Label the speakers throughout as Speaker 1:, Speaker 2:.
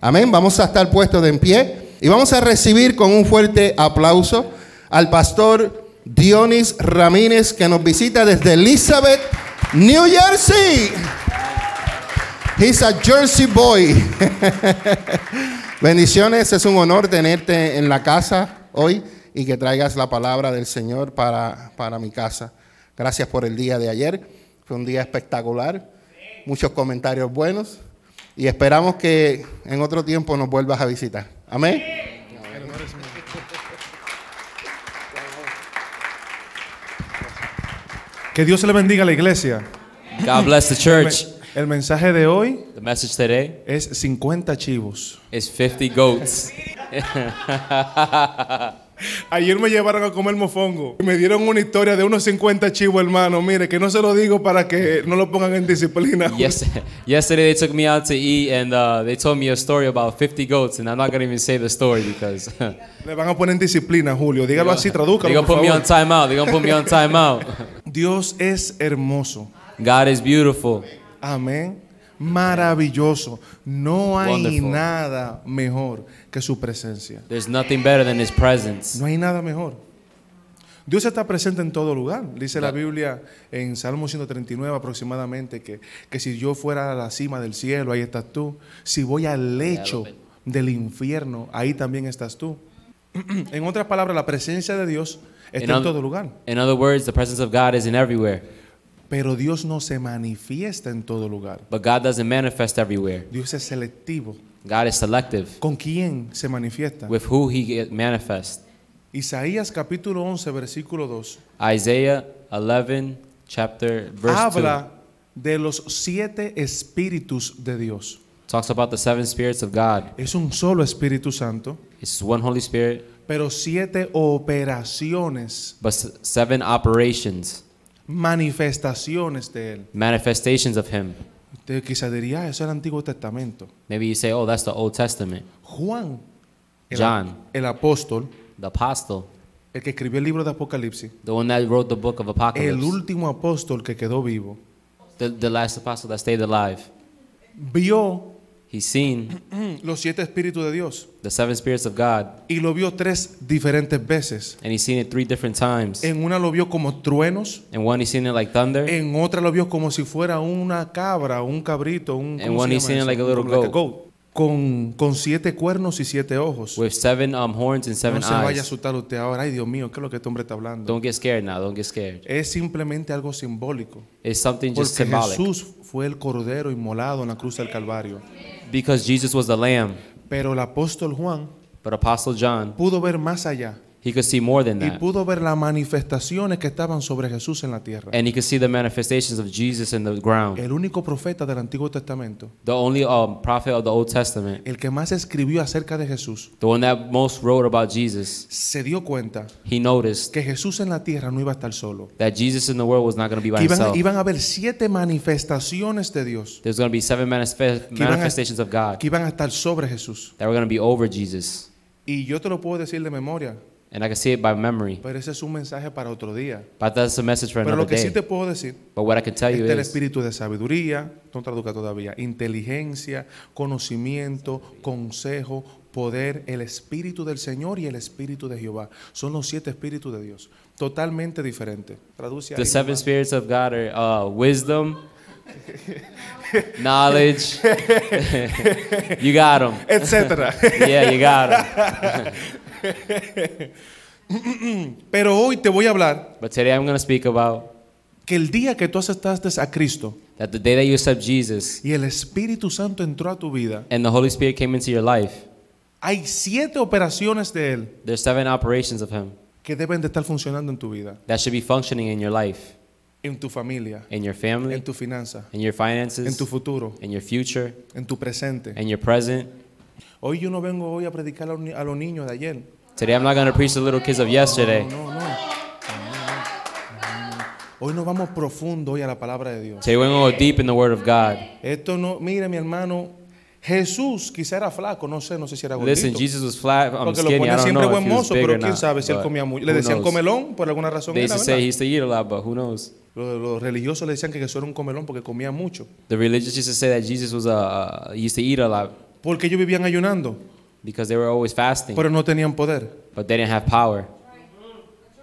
Speaker 1: Amén. Vamos a estar puestos de en pie y vamos a recibir con un fuerte aplauso al pastor Dionis Ramírez que nos visita desde Elizabeth, New Jersey. He's a Jersey boy. Bendiciones, es un honor tenerte en la casa hoy y que traigas la palabra del Señor para, para mi casa. Gracias por el día de ayer. Fue un día espectacular. Muchos comentarios buenos. Y esperamos que en otro tiempo nos vuelvas a visitar. Amén.
Speaker 2: Que Dios le bendiga a la iglesia.
Speaker 3: God bless the church.
Speaker 2: El mensaje de hoy
Speaker 3: The message today
Speaker 2: es 50 chivos.
Speaker 3: is 50 goats.
Speaker 2: Ayer me llevaron a comer mofongo. Y Me dieron una historia de unos 50 chivos, hermano. Mire, que no se lo digo para que no lo pongan en disciplina.
Speaker 3: Yes, yesterday they took me out to eat and uh, they told me a story about 50 goats, and I'm not gonna even say the story because they're
Speaker 2: Le van a poner en disciplina, Julio. Dígalo así, tradúcalo,
Speaker 3: gonna
Speaker 2: por
Speaker 3: put me on
Speaker 2: favor.
Speaker 3: timeout. They're gonna put me on timeout.
Speaker 2: Dios es hermoso.
Speaker 3: God is beautiful,
Speaker 2: Amén. Maravilloso. No hay
Speaker 3: Wonderful.
Speaker 2: nada mejor que su presencia.
Speaker 3: there's nothing better than His presence.
Speaker 2: No hay nada mejor. Dios está presente en todo lugar. Dice la Biblia en Salmo 139 aproximadamente que, que si yo fuera a la cima del cielo, ahí estás tú. Si voy al lecho del infierno, ahí también estás tú. en otras palabras, la presencia de Dios está en
Speaker 3: other-
Speaker 2: todo lugar.
Speaker 3: In other words, the presence of God isn't everywhere,
Speaker 2: Pero Dios no se manifiesta en todo lugar.
Speaker 3: but God doesn't manifest everywhere.
Speaker 2: Dios es selectivo.
Speaker 3: God is selective
Speaker 2: ¿Con quién se manifiesta?
Speaker 3: with who He get- manifests.
Speaker 2: Isaías capítulo 11, versículo 2.
Speaker 3: Isaiah 11, chapter verse two.
Speaker 2: habla de los siete espíritus de Dios.
Speaker 3: talks about the seven spirits of God.
Speaker 2: Es un solo Espíritu Santo,
Speaker 3: It's one Holy Spirit,
Speaker 2: pero siete operaciones,
Speaker 3: but s- seven operations,
Speaker 2: manifestaciones de Él.
Speaker 3: manifestations of Him.
Speaker 2: Usted quizá diría, "Ah, eso es el Antiguo Testamento.
Speaker 3: Maybe you say, oh, that's the Old Testament.
Speaker 2: Juan, el,
Speaker 3: John.
Speaker 2: el apóstol,
Speaker 3: The apostle,
Speaker 2: el que escribió el libro de Apocalipsis,
Speaker 3: the one that wrote the book of
Speaker 2: el
Speaker 3: Apocalypse,
Speaker 2: último apóstol que quedó vivo,
Speaker 3: the, the last apostle that stayed alive.
Speaker 2: vio
Speaker 3: He's seen
Speaker 2: los siete espíritus de Dios
Speaker 3: the seven spirits of God,
Speaker 2: y lo vio tres diferentes veces.
Speaker 3: and he's seen it three different times.
Speaker 2: En una lo vio como truenos,
Speaker 3: And one, he's seen it like thunder.
Speaker 2: En otra lo vio como si fuera una cabra, un cabrito, un
Speaker 3: And
Speaker 2: ¿cómo
Speaker 3: one
Speaker 2: se
Speaker 3: he's
Speaker 2: llama
Speaker 3: seen
Speaker 2: eso?
Speaker 3: like a little
Speaker 2: Como
Speaker 3: goat.
Speaker 2: Con, con siete cuernos y siete ojos.
Speaker 3: With seven um, horns and seven
Speaker 2: no se vaya a
Speaker 3: eyes.
Speaker 2: asustar usted ahora. Ay, Dios mío, ¿qué es lo que este hombre está hablando?
Speaker 3: Don't get scared now. Don't get scared.
Speaker 2: Es simplemente algo simbólico.
Speaker 3: It's something
Speaker 2: Porque
Speaker 3: just symbolic.
Speaker 2: Jesús fue el cordero inmolado en la cruz del Calvario.
Speaker 3: Because Jesus was the Lamb.
Speaker 2: Pero el apóstol Juan
Speaker 3: But Apostle John,
Speaker 2: pudo ver más allá
Speaker 3: he could see more than
Speaker 2: y
Speaker 3: that.
Speaker 2: pudo ver las manifestaciones que estaban sobre Jesús en la tierra.
Speaker 3: And he could see the manifestations of Jesus in the ground.
Speaker 2: El único profeta del Antiguo Testamento,
Speaker 3: The only um, prophet of the Old Testament,
Speaker 2: el que más escribió acerca de Jesús,
Speaker 3: the one that most wrote about Jesus,
Speaker 2: se dio cuenta
Speaker 3: he noticed
Speaker 2: que Jesús en la tierra no iba a estar solo.
Speaker 3: that Jesus in the world was not going to be by
Speaker 2: Que iban,
Speaker 3: himself.
Speaker 2: iban a haber siete manifestaciones de Dios
Speaker 3: There's going to be seven manifest-
Speaker 2: que iban a-
Speaker 3: manifestations of God
Speaker 2: que iban a estar sobre Jesús.
Speaker 3: that were going to be over Jesus.
Speaker 2: Y yo te lo puedo decir de memoria,
Speaker 3: And I can see it by memory.
Speaker 2: pero ese es un mensaje para otro día.
Speaker 3: But that's a message for
Speaker 2: Pero lo
Speaker 3: another
Speaker 2: que sí te
Speaker 3: day.
Speaker 2: puedo decir
Speaker 3: But what I can tell
Speaker 2: es
Speaker 3: you
Speaker 2: el
Speaker 3: is
Speaker 2: espíritu de sabiduría, no traduzca todavía, inteligencia, conocimiento, consejo, poder, el espíritu del Señor y el espíritu de Jehová. Son los siete espíritus de Dios, totalmente diferentes. Traduce ahí
Speaker 3: the seven
Speaker 2: nomás.
Speaker 3: spirits of God are uh, wisdom, knowledge. you got them.
Speaker 2: etcétera.
Speaker 3: Yeah, you got them.
Speaker 2: pero hoy te voy a hablar
Speaker 3: But today I'm going to speak about
Speaker 2: que el día que tú aceptaste a Cristo
Speaker 3: that the day that you accept Jesus
Speaker 2: y el Espíritu Santo entró a tu vida,
Speaker 3: and the Holy Spirit came into your life,
Speaker 2: hay siete operaciones de Él
Speaker 3: there's seven operations of Him
Speaker 2: que deben de estar funcionando en tu vida,
Speaker 3: that should be functioning in your life,
Speaker 2: en tu familia,
Speaker 3: in your family,
Speaker 2: en tu finanza,
Speaker 3: in your
Speaker 2: en
Speaker 3: finances,
Speaker 2: tu futuro,
Speaker 3: in your future,
Speaker 2: en tu presente.
Speaker 3: in your present.
Speaker 2: Hoy yo no vengo hoy a predicar a los ni- a los niños de ayer.
Speaker 3: Today I'm not going to preach the little kids of yesterday.
Speaker 2: No, no. Hoy nos vamos profundo hoy a la palabra de Dios.
Speaker 3: Today we're going to go deep in the Word of God.
Speaker 2: Esto no, mire mi hermano, Jesús quizá era flaco, no sé, no sé si era
Speaker 3: Listen,
Speaker 2: gordito.
Speaker 3: Jesus was flat, I'm
Speaker 2: Porque lo
Speaker 3: skinny, I
Speaker 2: ponen
Speaker 3: don't
Speaker 2: siempre
Speaker 3: know if
Speaker 2: buen
Speaker 3: he was
Speaker 2: mozo,
Speaker 3: big or
Speaker 2: pero quién
Speaker 3: not.
Speaker 2: sabe si él
Speaker 3: but
Speaker 2: comía mucho. Le
Speaker 3: who
Speaker 2: decían
Speaker 3: knows?
Speaker 2: comelón por alguna razón.
Speaker 3: They used
Speaker 2: era,
Speaker 3: to say
Speaker 2: ¿verdad?
Speaker 3: he used to eat a lot, but who knows?
Speaker 2: Los, los religiosos le decían que Jesús era un comelón porque comía mucho.
Speaker 3: The religious uh, used to say that Jesus was a, uh, he used to eat a lot.
Speaker 2: Porque ellos vivían ayunando,
Speaker 3: because they were always fasting,
Speaker 2: pero no tenían poder.
Speaker 3: but they didn't have power.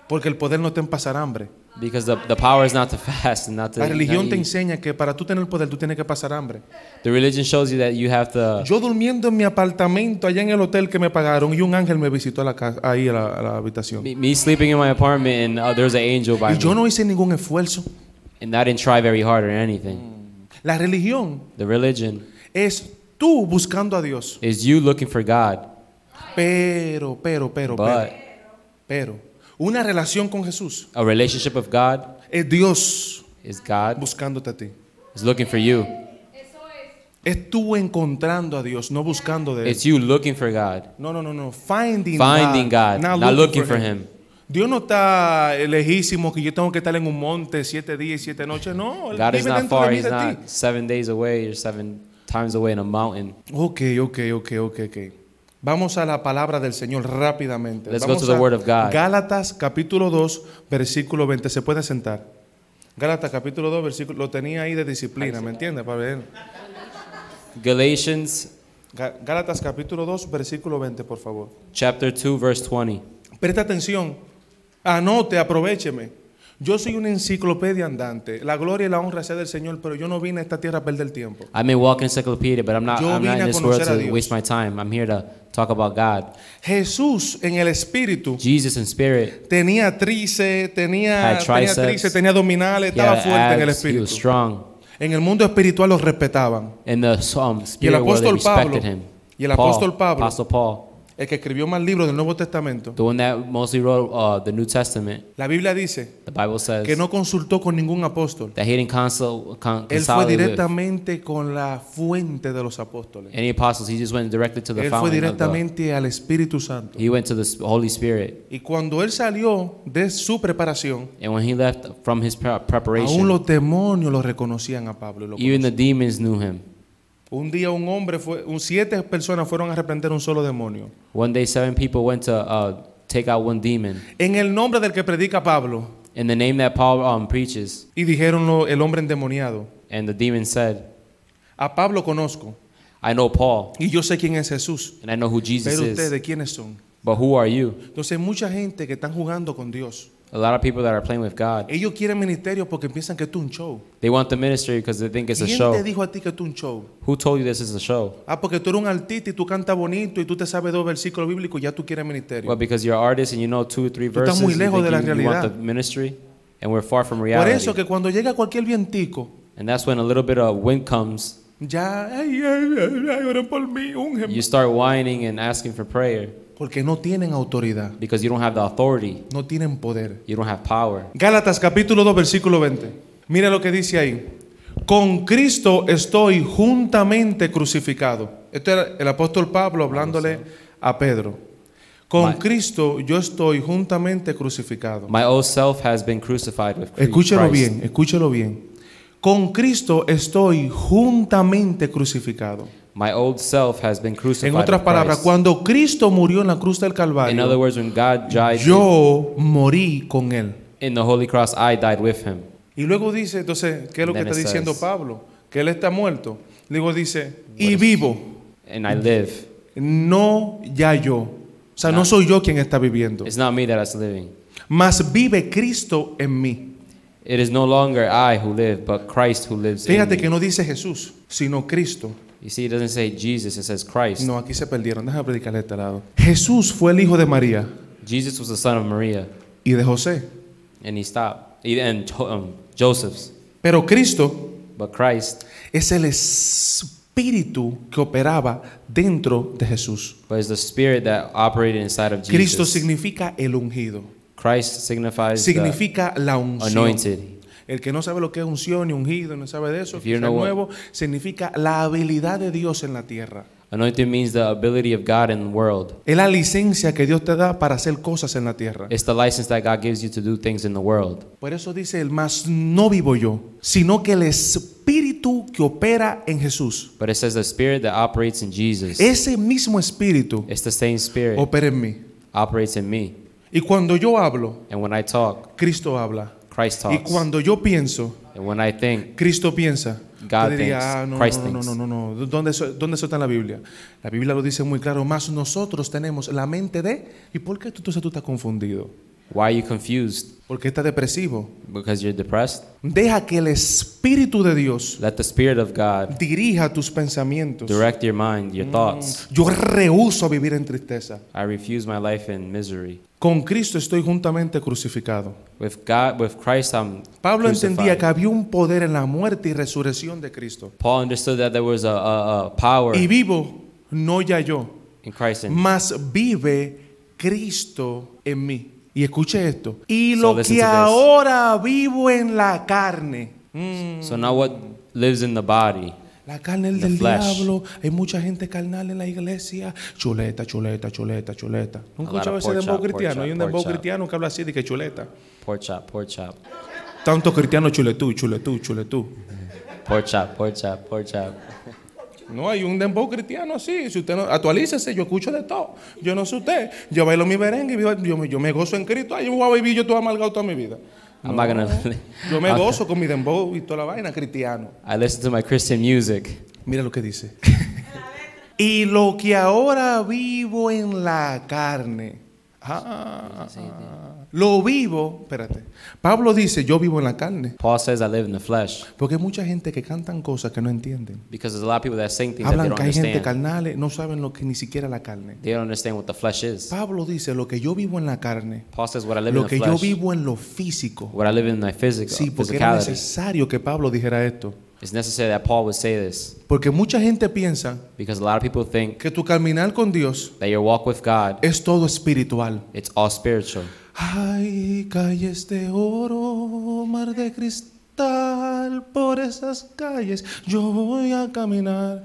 Speaker 2: Porque el poder no te en pasar hambre.
Speaker 3: Because the, the power is not to fast and not to.
Speaker 2: La religión
Speaker 3: not
Speaker 2: te
Speaker 3: eat.
Speaker 2: enseña que para tú tener poder tú tienes que pasar hambre.
Speaker 3: The religion shows you that you have to.
Speaker 2: Yo durmiendo en mi apartamento allá en el hotel que me pagaron y un ángel me visitó a la ca- ahí a la, a la habitación.
Speaker 3: Me, me sleeping in my apartment and uh, there's an angel by
Speaker 2: Y yo
Speaker 3: me.
Speaker 2: no hice ningún esfuerzo.
Speaker 3: And I didn't try very hard or
Speaker 2: Mm.
Speaker 3: anything.
Speaker 2: La religión
Speaker 3: The religion
Speaker 2: es tú buscando a Dios.
Speaker 3: is you looking for God.
Speaker 2: Pero, pero, pero, pero,
Speaker 3: But
Speaker 2: pero. Una relación con Jesús
Speaker 3: a relationship of God
Speaker 2: es Dios
Speaker 3: is God
Speaker 2: buscándote a ti.
Speaker 3: is looking for you.
Speaker 2: Es tú encontrando a Dios, no buscando de él.
Speaker 3: It's you looking for God.
Speaker 2: No, no, no, no. Finding,
Speaker 3: Finding God, not looking for him.
Speaker 2: Dios no está lejísimo que yo tengo que estar en un monte siete días y siete noches. No, Él
Speaker 3: God is
Speaker 2: vive
Speaker 3: not
Speaker 2: dentro
Speaker 3: far.
Speaker 2: de mí,
Speaker 3: He's
Speaker 2: de ti.
Speaker 3: not seven days away or seven times away in a mountain.
Speaker 2: Ok, ok, ok, ok, ok. Vamos a la palabra del Señor rápidamente.
Speaker 3: Let's go
Speaker 2: Vamos
Speaker 3: to the
Speaker 2: a
Speaker 3: Word of God.
Speaker 2: Gálatas capítulo 2, versículo 20. ¿Se puede sentar? Gálatas capítulo 2, versículo... Lo tenía ahí de disciplina, ¿me entiendes? Para ver.
Speaker 3: Galatians
Speaker 2: Gá- Gálatas capítulo 2, versículo 20, por favor.
Speaker 3: chapter 2 verse 20.
Speaker 2: Presta atención. Anote, aprovecheme. Yo soy una enciclopedia andante. La gloria y la honra sea del Señor, pero yo no vine a esta tierra a perder tiempo.
Speaker 3: I may walk encyclopedia, but I'm not.
Speaker 2: Yo
Speaker 3: I'm
Speaker 2: vine
Speaker 3: not
Speaker 2: a
Speaker 3: in this world
Speaker 2: conocer a
Speaker 3: to
Speaker 2: Dios.
Speaker 3: waste my time. I'm here to talk about God.
Speaker 2: Jesús en el Espíritu
Speaker 3: Jesus in spirit.
Speaker 2: tenía trice, tenía,
Speaker 3: Had
Speaker 2: tenía
Speaker 3: triceps.
Speaker 2: tríceps, tenía abdominales,
Speaker 3: He
Speaker 2: estaba
Speaker 3: had
Speaker 2: fuerte en el
Speaker 3: abs, he was
Speaker 2: Espíritu.
Speaker 3: strong.
Speaker 2: En el mundo espiritual los respetaban.
Speaker 3: In the um,
Speaker 2: Y el
Speaker 3: spirit world, they
Speaker 2: apóstol Pablo,
Speaker 3: respected him.
Speaker 2: y el
Speaker 3: Paul,
Speaker 2: apóstol Pablo,
Speaker 3: Apostle Paul,
Speaker 2: el que escribió más libros del Nuevo Testamento,
Speaker 3: the one that mostly wrote uh, the New Testament,
Speaker 2: la Biblia dice
Speaker 3: the Bible says
Speaker 2: que no consultó con ningún apóstol.
Speaker 3: that he didn't consult, con,
Speaker 2: Él fue
Speaker 3: consolidate with
Speaker 2: directamente con la fuente de los apóstoles.
Speaker 3: any apostles. He just went directly to the
Speaker 2: Él fue
Speaker 3: fountain. of the-
Speaker 2: directamente al Espíritu Santo.
Speaker 3: he went to the S- Holy Spirit,
Speaker 2: Y cuando él salió de su preparación,
Speaker 3: and when he left from his pre-
Speaker 2: aún
Speaker 3: preparation,
Speaker 2: los demonios lo reconocían a Pablo. y lo
Speaker 3: even the demons knew him.
Speaker 2: conocían. un día un hombre fue, un, siete personas fueron a reprender un solo demonio.
Speaker 3: One day, seven people went to uh, take out one demon
Speaker 2: En el nombre del que predica Pablo.
Speaker 3: in the name that Paul um, preaches,
Speaker 2: Y dijeron lo- el hombre endemoniado.
Speaker 3: and the demon said,
Speaker 2: A Pablo conozco
Speaker 3: "I know Paul,
Speaker 2: y yo sé quién es Jesús.
Speaker 3: and I know who Jesus
Speaker 2: Pero
Speaker 3: is."
Speaker 2: ustedes, ¿quiénes son?
Speaker 3: But who are you?
Speaker 2: Entonces hay mucha gente que están jugando con Dios.
Speaker 3: A lot of people that are playing with God,
Speaker 2: Ellos quieren ministerio porque piensan que esto es un show.
Speaker 3: they want the ministry because they think it's a
Speaker 2: ¿Quién te
Speaker 3: show.
Speaker 2: dijo a ti que esto es un show?
Speaker 3: Who told you this is a show?
Speaker 2: Ah, porque tú eres un artista y tú cantas bonito y tú te sabes dos versículos bíblicos y ya tú quieres ministerio.
Speaker 3: Well, because you're an artist and you know two or three
Speaker 2: Tú estás
Speaker 3: verses,
Speaker 2: muy
Speaker 3: you,
Speaker 2: lejos
Speaker 3: think
Speaker 2: de la
Speaker 3: you- you want the
Speaker 2: realidad.
Speaker 3: ministry, and we're far from
Speaker 2: Por
Speaker 3: reality.
Speaker 2: eso que cuando llega cualquier vientico,
Speaker 3: and that's when a little bit of wind comes,
Speaker 2: ya, ay, ay, ay, ay, oren por mí, úngeme.
Speaker 3: you start whining and asking for prayer
Speaker 2: Porque no tienen autoridad,
Speaker 3: because you don't have the authority,
Speaker 2: no tienen poder.
Speaker 3: you don't have power.
Speaker 2: Gálatas capítulo 2, versículo 20. Mira lo que dice ahí. Con Cristo estoy juntamente crucificado. Esto era el apóstol Pablo hablándole a Pedro. Con
Speaker 3: Ma-
Speaker 2: Cristo yo estoy juntamente crucificado.
Speaker 3: My old self has been crucified with Christ.
Speaker 2: Escúchelo bien, escúchelo bien. Con Cristo estoy juntamente crucificado.
Speaker 3: My old self has been crucified.
Speaker 2: En otras
Speaker 3: with
Speaker 2: palabras,
Speaker 3: Christ.
Speaker 2: cuando Cristo murió en la cruz del
Speaker 3: in other
Speaker 2: Calvario,
Speaker 3: words, when God died
Speaker 2: yo morí con él.
Speaker 3: in the holy cross, I died with Him.
Speaker 2: Y luego dice, entonces, ¿qué es lo que
Speaker 3: Then
Speaker 2: está
Speaker 3: it
Speaker 2: diciendo
Speaker 3: says-
Speaker 2: Pablo? Que él está muerto. Luego dice, y vivo,
Speaker 3: and I live.
Speaker 2: no ya yo. O sea, no soy yo quien está viviendo,
Speaker 3: It's not me that is living.
Speaker 2: mas vive Cristo en mí.
Speaker 3: It is no longer I who live, but Christ who lives in
Speaker 2: Fíjate
Speaker 3: me.
Speaker 2: que no dice Jesús, sino Cristo.
Speaker 3: You see, it doesn't say Jesus, it says Christ.
Speaker 2: No, aquí se perdieron. Déjame predicarle a este lado. Jesús fue el hijo de María
Speaker 3: Jesus was the son of Maria,
Speaker 2: y de José.
Speaker 3: and he stopped. He- And Jo- um, Joseph's.
Speaker 2: Pero Cristo
Speaker 3: But Christ
Speaker 2: es el espíritu que operaba dentro de Jesús.
Speaker 3: was the spirit that operated inside of
Speaker 2: Cristo
Speaker 3: Jesus.
Speaker 2: significa el ungido.
Speaker 3: Christ signifies the
Speaker 2: Significa la unción.
Speaker 3: anointed.
Speaker 2: El que no sabe lo que es unción ni ungido, no sabe de eso,
Speaker 3: If
Speaker 2: que
Speaker 3: you
Speaker 2: es
Speaker 3: know what-
Speaker 2: nuevo, significa la habilidad de Dios en la tierra.
Speaker 3: Anointed means the ability of God in the world.
Speaker 2: Es la licencia que Dios te da para hacer cosas en la tierra.
Speaker 3: It's the license that God gives you to do things in the world.
Speaker 2: Por eso dice el más no vivo yo, sino que el espíritu que opera en Jesús.
Speaker 3: But it says the spirit that operates in Jesus.
Speaker 2: Ese mismo espíritu
Speaker 3: It's the same spirit
Speaker 2: opera en mí.
Speaker 3: operates in me.
Speaker 2: Y cuando yo hablo,
Speaker 3: And when I talk,
Speaker 2: Cristo habla.
Speaker 3: Christ
Speaker 2: Y
Speaker 3: talks.
Speaker 2: cuando yo pienso,
Speaker 3: And when I think,
Speaker 2: Cristo piensa.
Speaker 3: God
Speaker 2: Usted diría,
Speaker 3: thinks,
Speaker 2: "Ah, no,
Speaker 3: Christ
Speaker 2: no, no,
Speaker 3: thinks.
Speaker 2: no, no, no, no. ¿Dónde eso, ¿Dónde eso está en la Biblia? La Biblia lo dice muy claro. Más nosotros tenemos la mente de. ¿Y por qué tú, entonces tú estás confundido?
Speaker 3: Why are you confused?
Speaker 2: ¿Por qué estás depresivo?
Speaker 3: Because you're depressed?
Speaker 2: Deja que el Espíritu de Dios
Speaker 3: Let the Spirit of God
Speaker 2: dirija tus pensamientos.
Speaker 3: direct your mind, your thoughts.
Speaker 2: Yo rehuso vivir en tristeza.
Speaker 3: I refuse my life in misery.
Speaker 2: Con Cristo estoy juntamente crucificado.
Speaker 3: With God, with Christ, I'm
Speaker 2: Pablo entendía
Speaker 3: crucified.
Speaker 2: que había un poder en la muerte y resurrección de Cristo.
Speaker 3: Paul understood that there was a, a, a power
Speaker 2: Y vivo, no ya yo,
Speaker 3: in Christ in me.
Speaker 2: mas vive Cristo en mí. Y escuche esto. Y
Speaker 3: So
Speaker 2: lo
Speaker 3: listen
Speaker 2: que
Speaker 3: to this.
Speaker 2: ahora vivo en la carne. Mm,
Speaker 3: So now what lives in the body?
Speaker 2: La carne es
Speaker 3: The
Speaker 2: del
Speaker 3: flesh.
Speaker 2: diablo. Hay mucha gente carnal en la iglesia. Chuleta, chuleta, chuleta, chuleta.
Speaker 3: lot
Speaker 2: ¿Nunca escuchaba
Speaker 3: of
Speaker 2: ese
Speaker 3: pork
Speaker 2: dembow
Speaker 3: chop, pork
Speaker 2: cristiano?
Speaker 3: chop,
Speaker 2: Hay un
Speaker 3: pork
Speaker 2: dembow
Speaker 3: chop.
Speaker 2: cristiano que habla así de que chuleta.
Speaker 3: Pork chop, pork chop,
Speaker 2: Tanto cristiano chuletú, chuletú, chuletú.
Speaker 3: pork chop, pork chop, pork chop.
Speaker 2: No, hay un dembow cristiano así. Si usted no, actualícese, yo escucho de todo. Yo no sé usted. Yo bailo mi merengue, yo, yo me- yo me gozo en Cristo. Ay, yo voy a vivir yo todo amargado toda mi vida.
Speaker 3: I'm not gonna.
Speaker 2: Yo me gozo con mi dembow y toda la vaina cristiano.
Speaker 3: I listen to my Christian music.
Speaker 2: Mira lo que dice. y lo que ahora vivo en la carne. Ah, lo vivo, espérate. Pablo dice, yo vivo en la carne.
Speaker 3: Paul says I live in the flesh
Speaker 2: Porque hay mucha gente que cantan cosas que no entienden.
Speaker 3: because there's a lot of people that sing things that they
Speaker 2: Hablan
Speaker 3: don't
Speaker 2: que hay gente
Speaker 3: understand.
Speaker 2: carnales, no saben lo que ni siquiera la carne.
Speaker 3: They don't understand what the flesh is.
Speaker 2: Pablo dice, lo que yo vivo en la carne,
Speaker 3: Paul says what I live in
Speaker 2: lo
Speaker 3: the
Speaker 2: que yo
Speaker 3: flesh,
Speaker 2: vivo en lo físico.
Speaker 3: what I live in my physical
Speaker 2: Sí, porque era
Speaker 3: Oh, physicality.
Speaker 2: necesario que Pablo dijera esto.
Speaker 3: It's necessary that Paul would say this
Speaker 2: Porque mucha gente piensa
Speaker 3: because a lot of people think
Speaker 2: que tu caminar con Dios
Speaker 3: that your walk with God
Speaker 2: es todo espiritual.
Speaker 3: it's all spiritual.
Speaker 2: Ay, calles de oro, mar de cristal, por esas calles yo voy a caminar.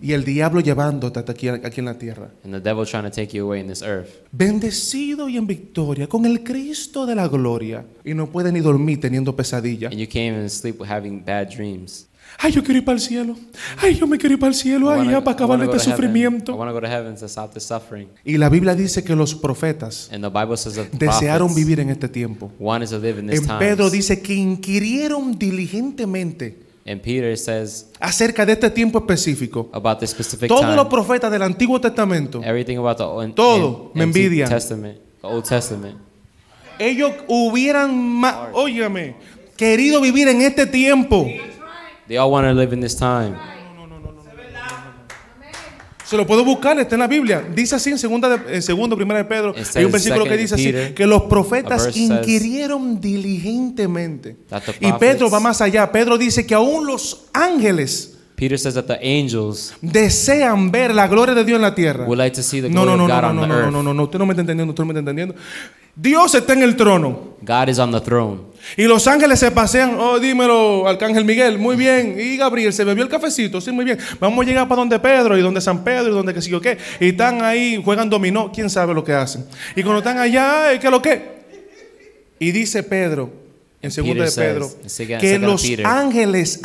Speaker 2: Y el diablo llevándote hasta aquí, aquí en la tierra.
Speaker 3: And the devil trying to take you away in this earth.
Speaker 2: Bendecido y en victoria, con el Cristo de la gloria. Y no puede ni dormir teniendo pesadilla.
Speaker 3: And you can't even sleep with having bad dreams.
Speaker 2: Ay, yo quiero ir para el cielo. Ay, yo me quiero ir para el cielo. Ay, ya para acabar este
Speaker 3: I
Speaker 2: sufrimiento.
Speaker 3: want to go to heaven to stop this suffering.
Speaker 2: Y la Biblia dice que los profetas
Speaker 3: And the Bible says that the
Speaker 2: desearon
Speaker 3: prophets
Speaker 2: vivir en este tiempo.
Speaker 3: wanted to live in this
Speaker 2: En
Speaker 3: time.
Speaker 2: Pedro dice que inquirieron diligentemente
Speaker 3: and Peter says
Speaker 2: acerca de este tiempo específico.
Speaker 3: about this specific
Speaker 2: Todos
Speaker 3: time.
Speaker 2: los profetas del Antiguo Testamento,
Speaker 3: Everything about the Old
Speaker 2: Todo, me envidian.
Speaker 3: Testament, the Old Testament.
Speaker 2: ellos hubieran, ma- óigame, querido vivir en este tiempo.
Speaker 3: They all want to live in this time.
Speaker 2: Se lo puedo buscar, está en la Biblia. Dice así en segunda de, en segundo, primera de Pedro.
Speaker 3: It
Speaker 2: Hay un
Speaker 3: says,
Speaker 2: versículo que
Speaker 3: second
Speaker 2: dice así
Speaker 3: Peter,
Speaker 2: que los
Speaker 3: a
Speaker 2: profetas
Speaker 3: verse says
Speaker 2: inquirieron diligentemente.
Speaker 3: that the
Speaker 2: Y Pedro
Speaker 3: prophets-
Speaker 2: va más allá. Pedro dice que aún los ángeles
Speaker 3: Peter says that the angels
Speaker 2: desean ver la gloria de Dios en la tierra.
Speaker 3: would like to see the
Speaker 2: No,
Speaker 3: glory
Speaker 2: no, no,
Speaker 3: of
Speaker 2: no,
Speaker 3: God
Speaker 2: no,
Speaker 3: on
Speaker 2: no,
Speaker 3: the
Speaker 2: no,
Speaker 3: earth.
Speaker 2: no, no, no, usted no me está entendiendo, usted no me está entendiendo. Dios está en el trono.
Speaker 3: God is on the throne.
Speaker 2: Y los ángeles se pasean. Oh, dímelo, Arcángel Miguel. Muy bien. Y Gabriel se bebió el cafecito. Sí, muy bien. Vamos a llegar para donde Pedro y donde San Pedro y donde que sé yo qué. Y están ahí, juegan dominó. ¿Quién sabe lo que hacen? Y cuando están allá, ¿qué lo que? Y dice Pedro, en segunda de
Speaker 3: Peter
Speaker 2: Pedro,
Speaker 3: says, en second-
Speaker 2: que
Speaker 3: second of
Speaker 2: los
Speaker 3: Peter.
Speaker 2: ángeles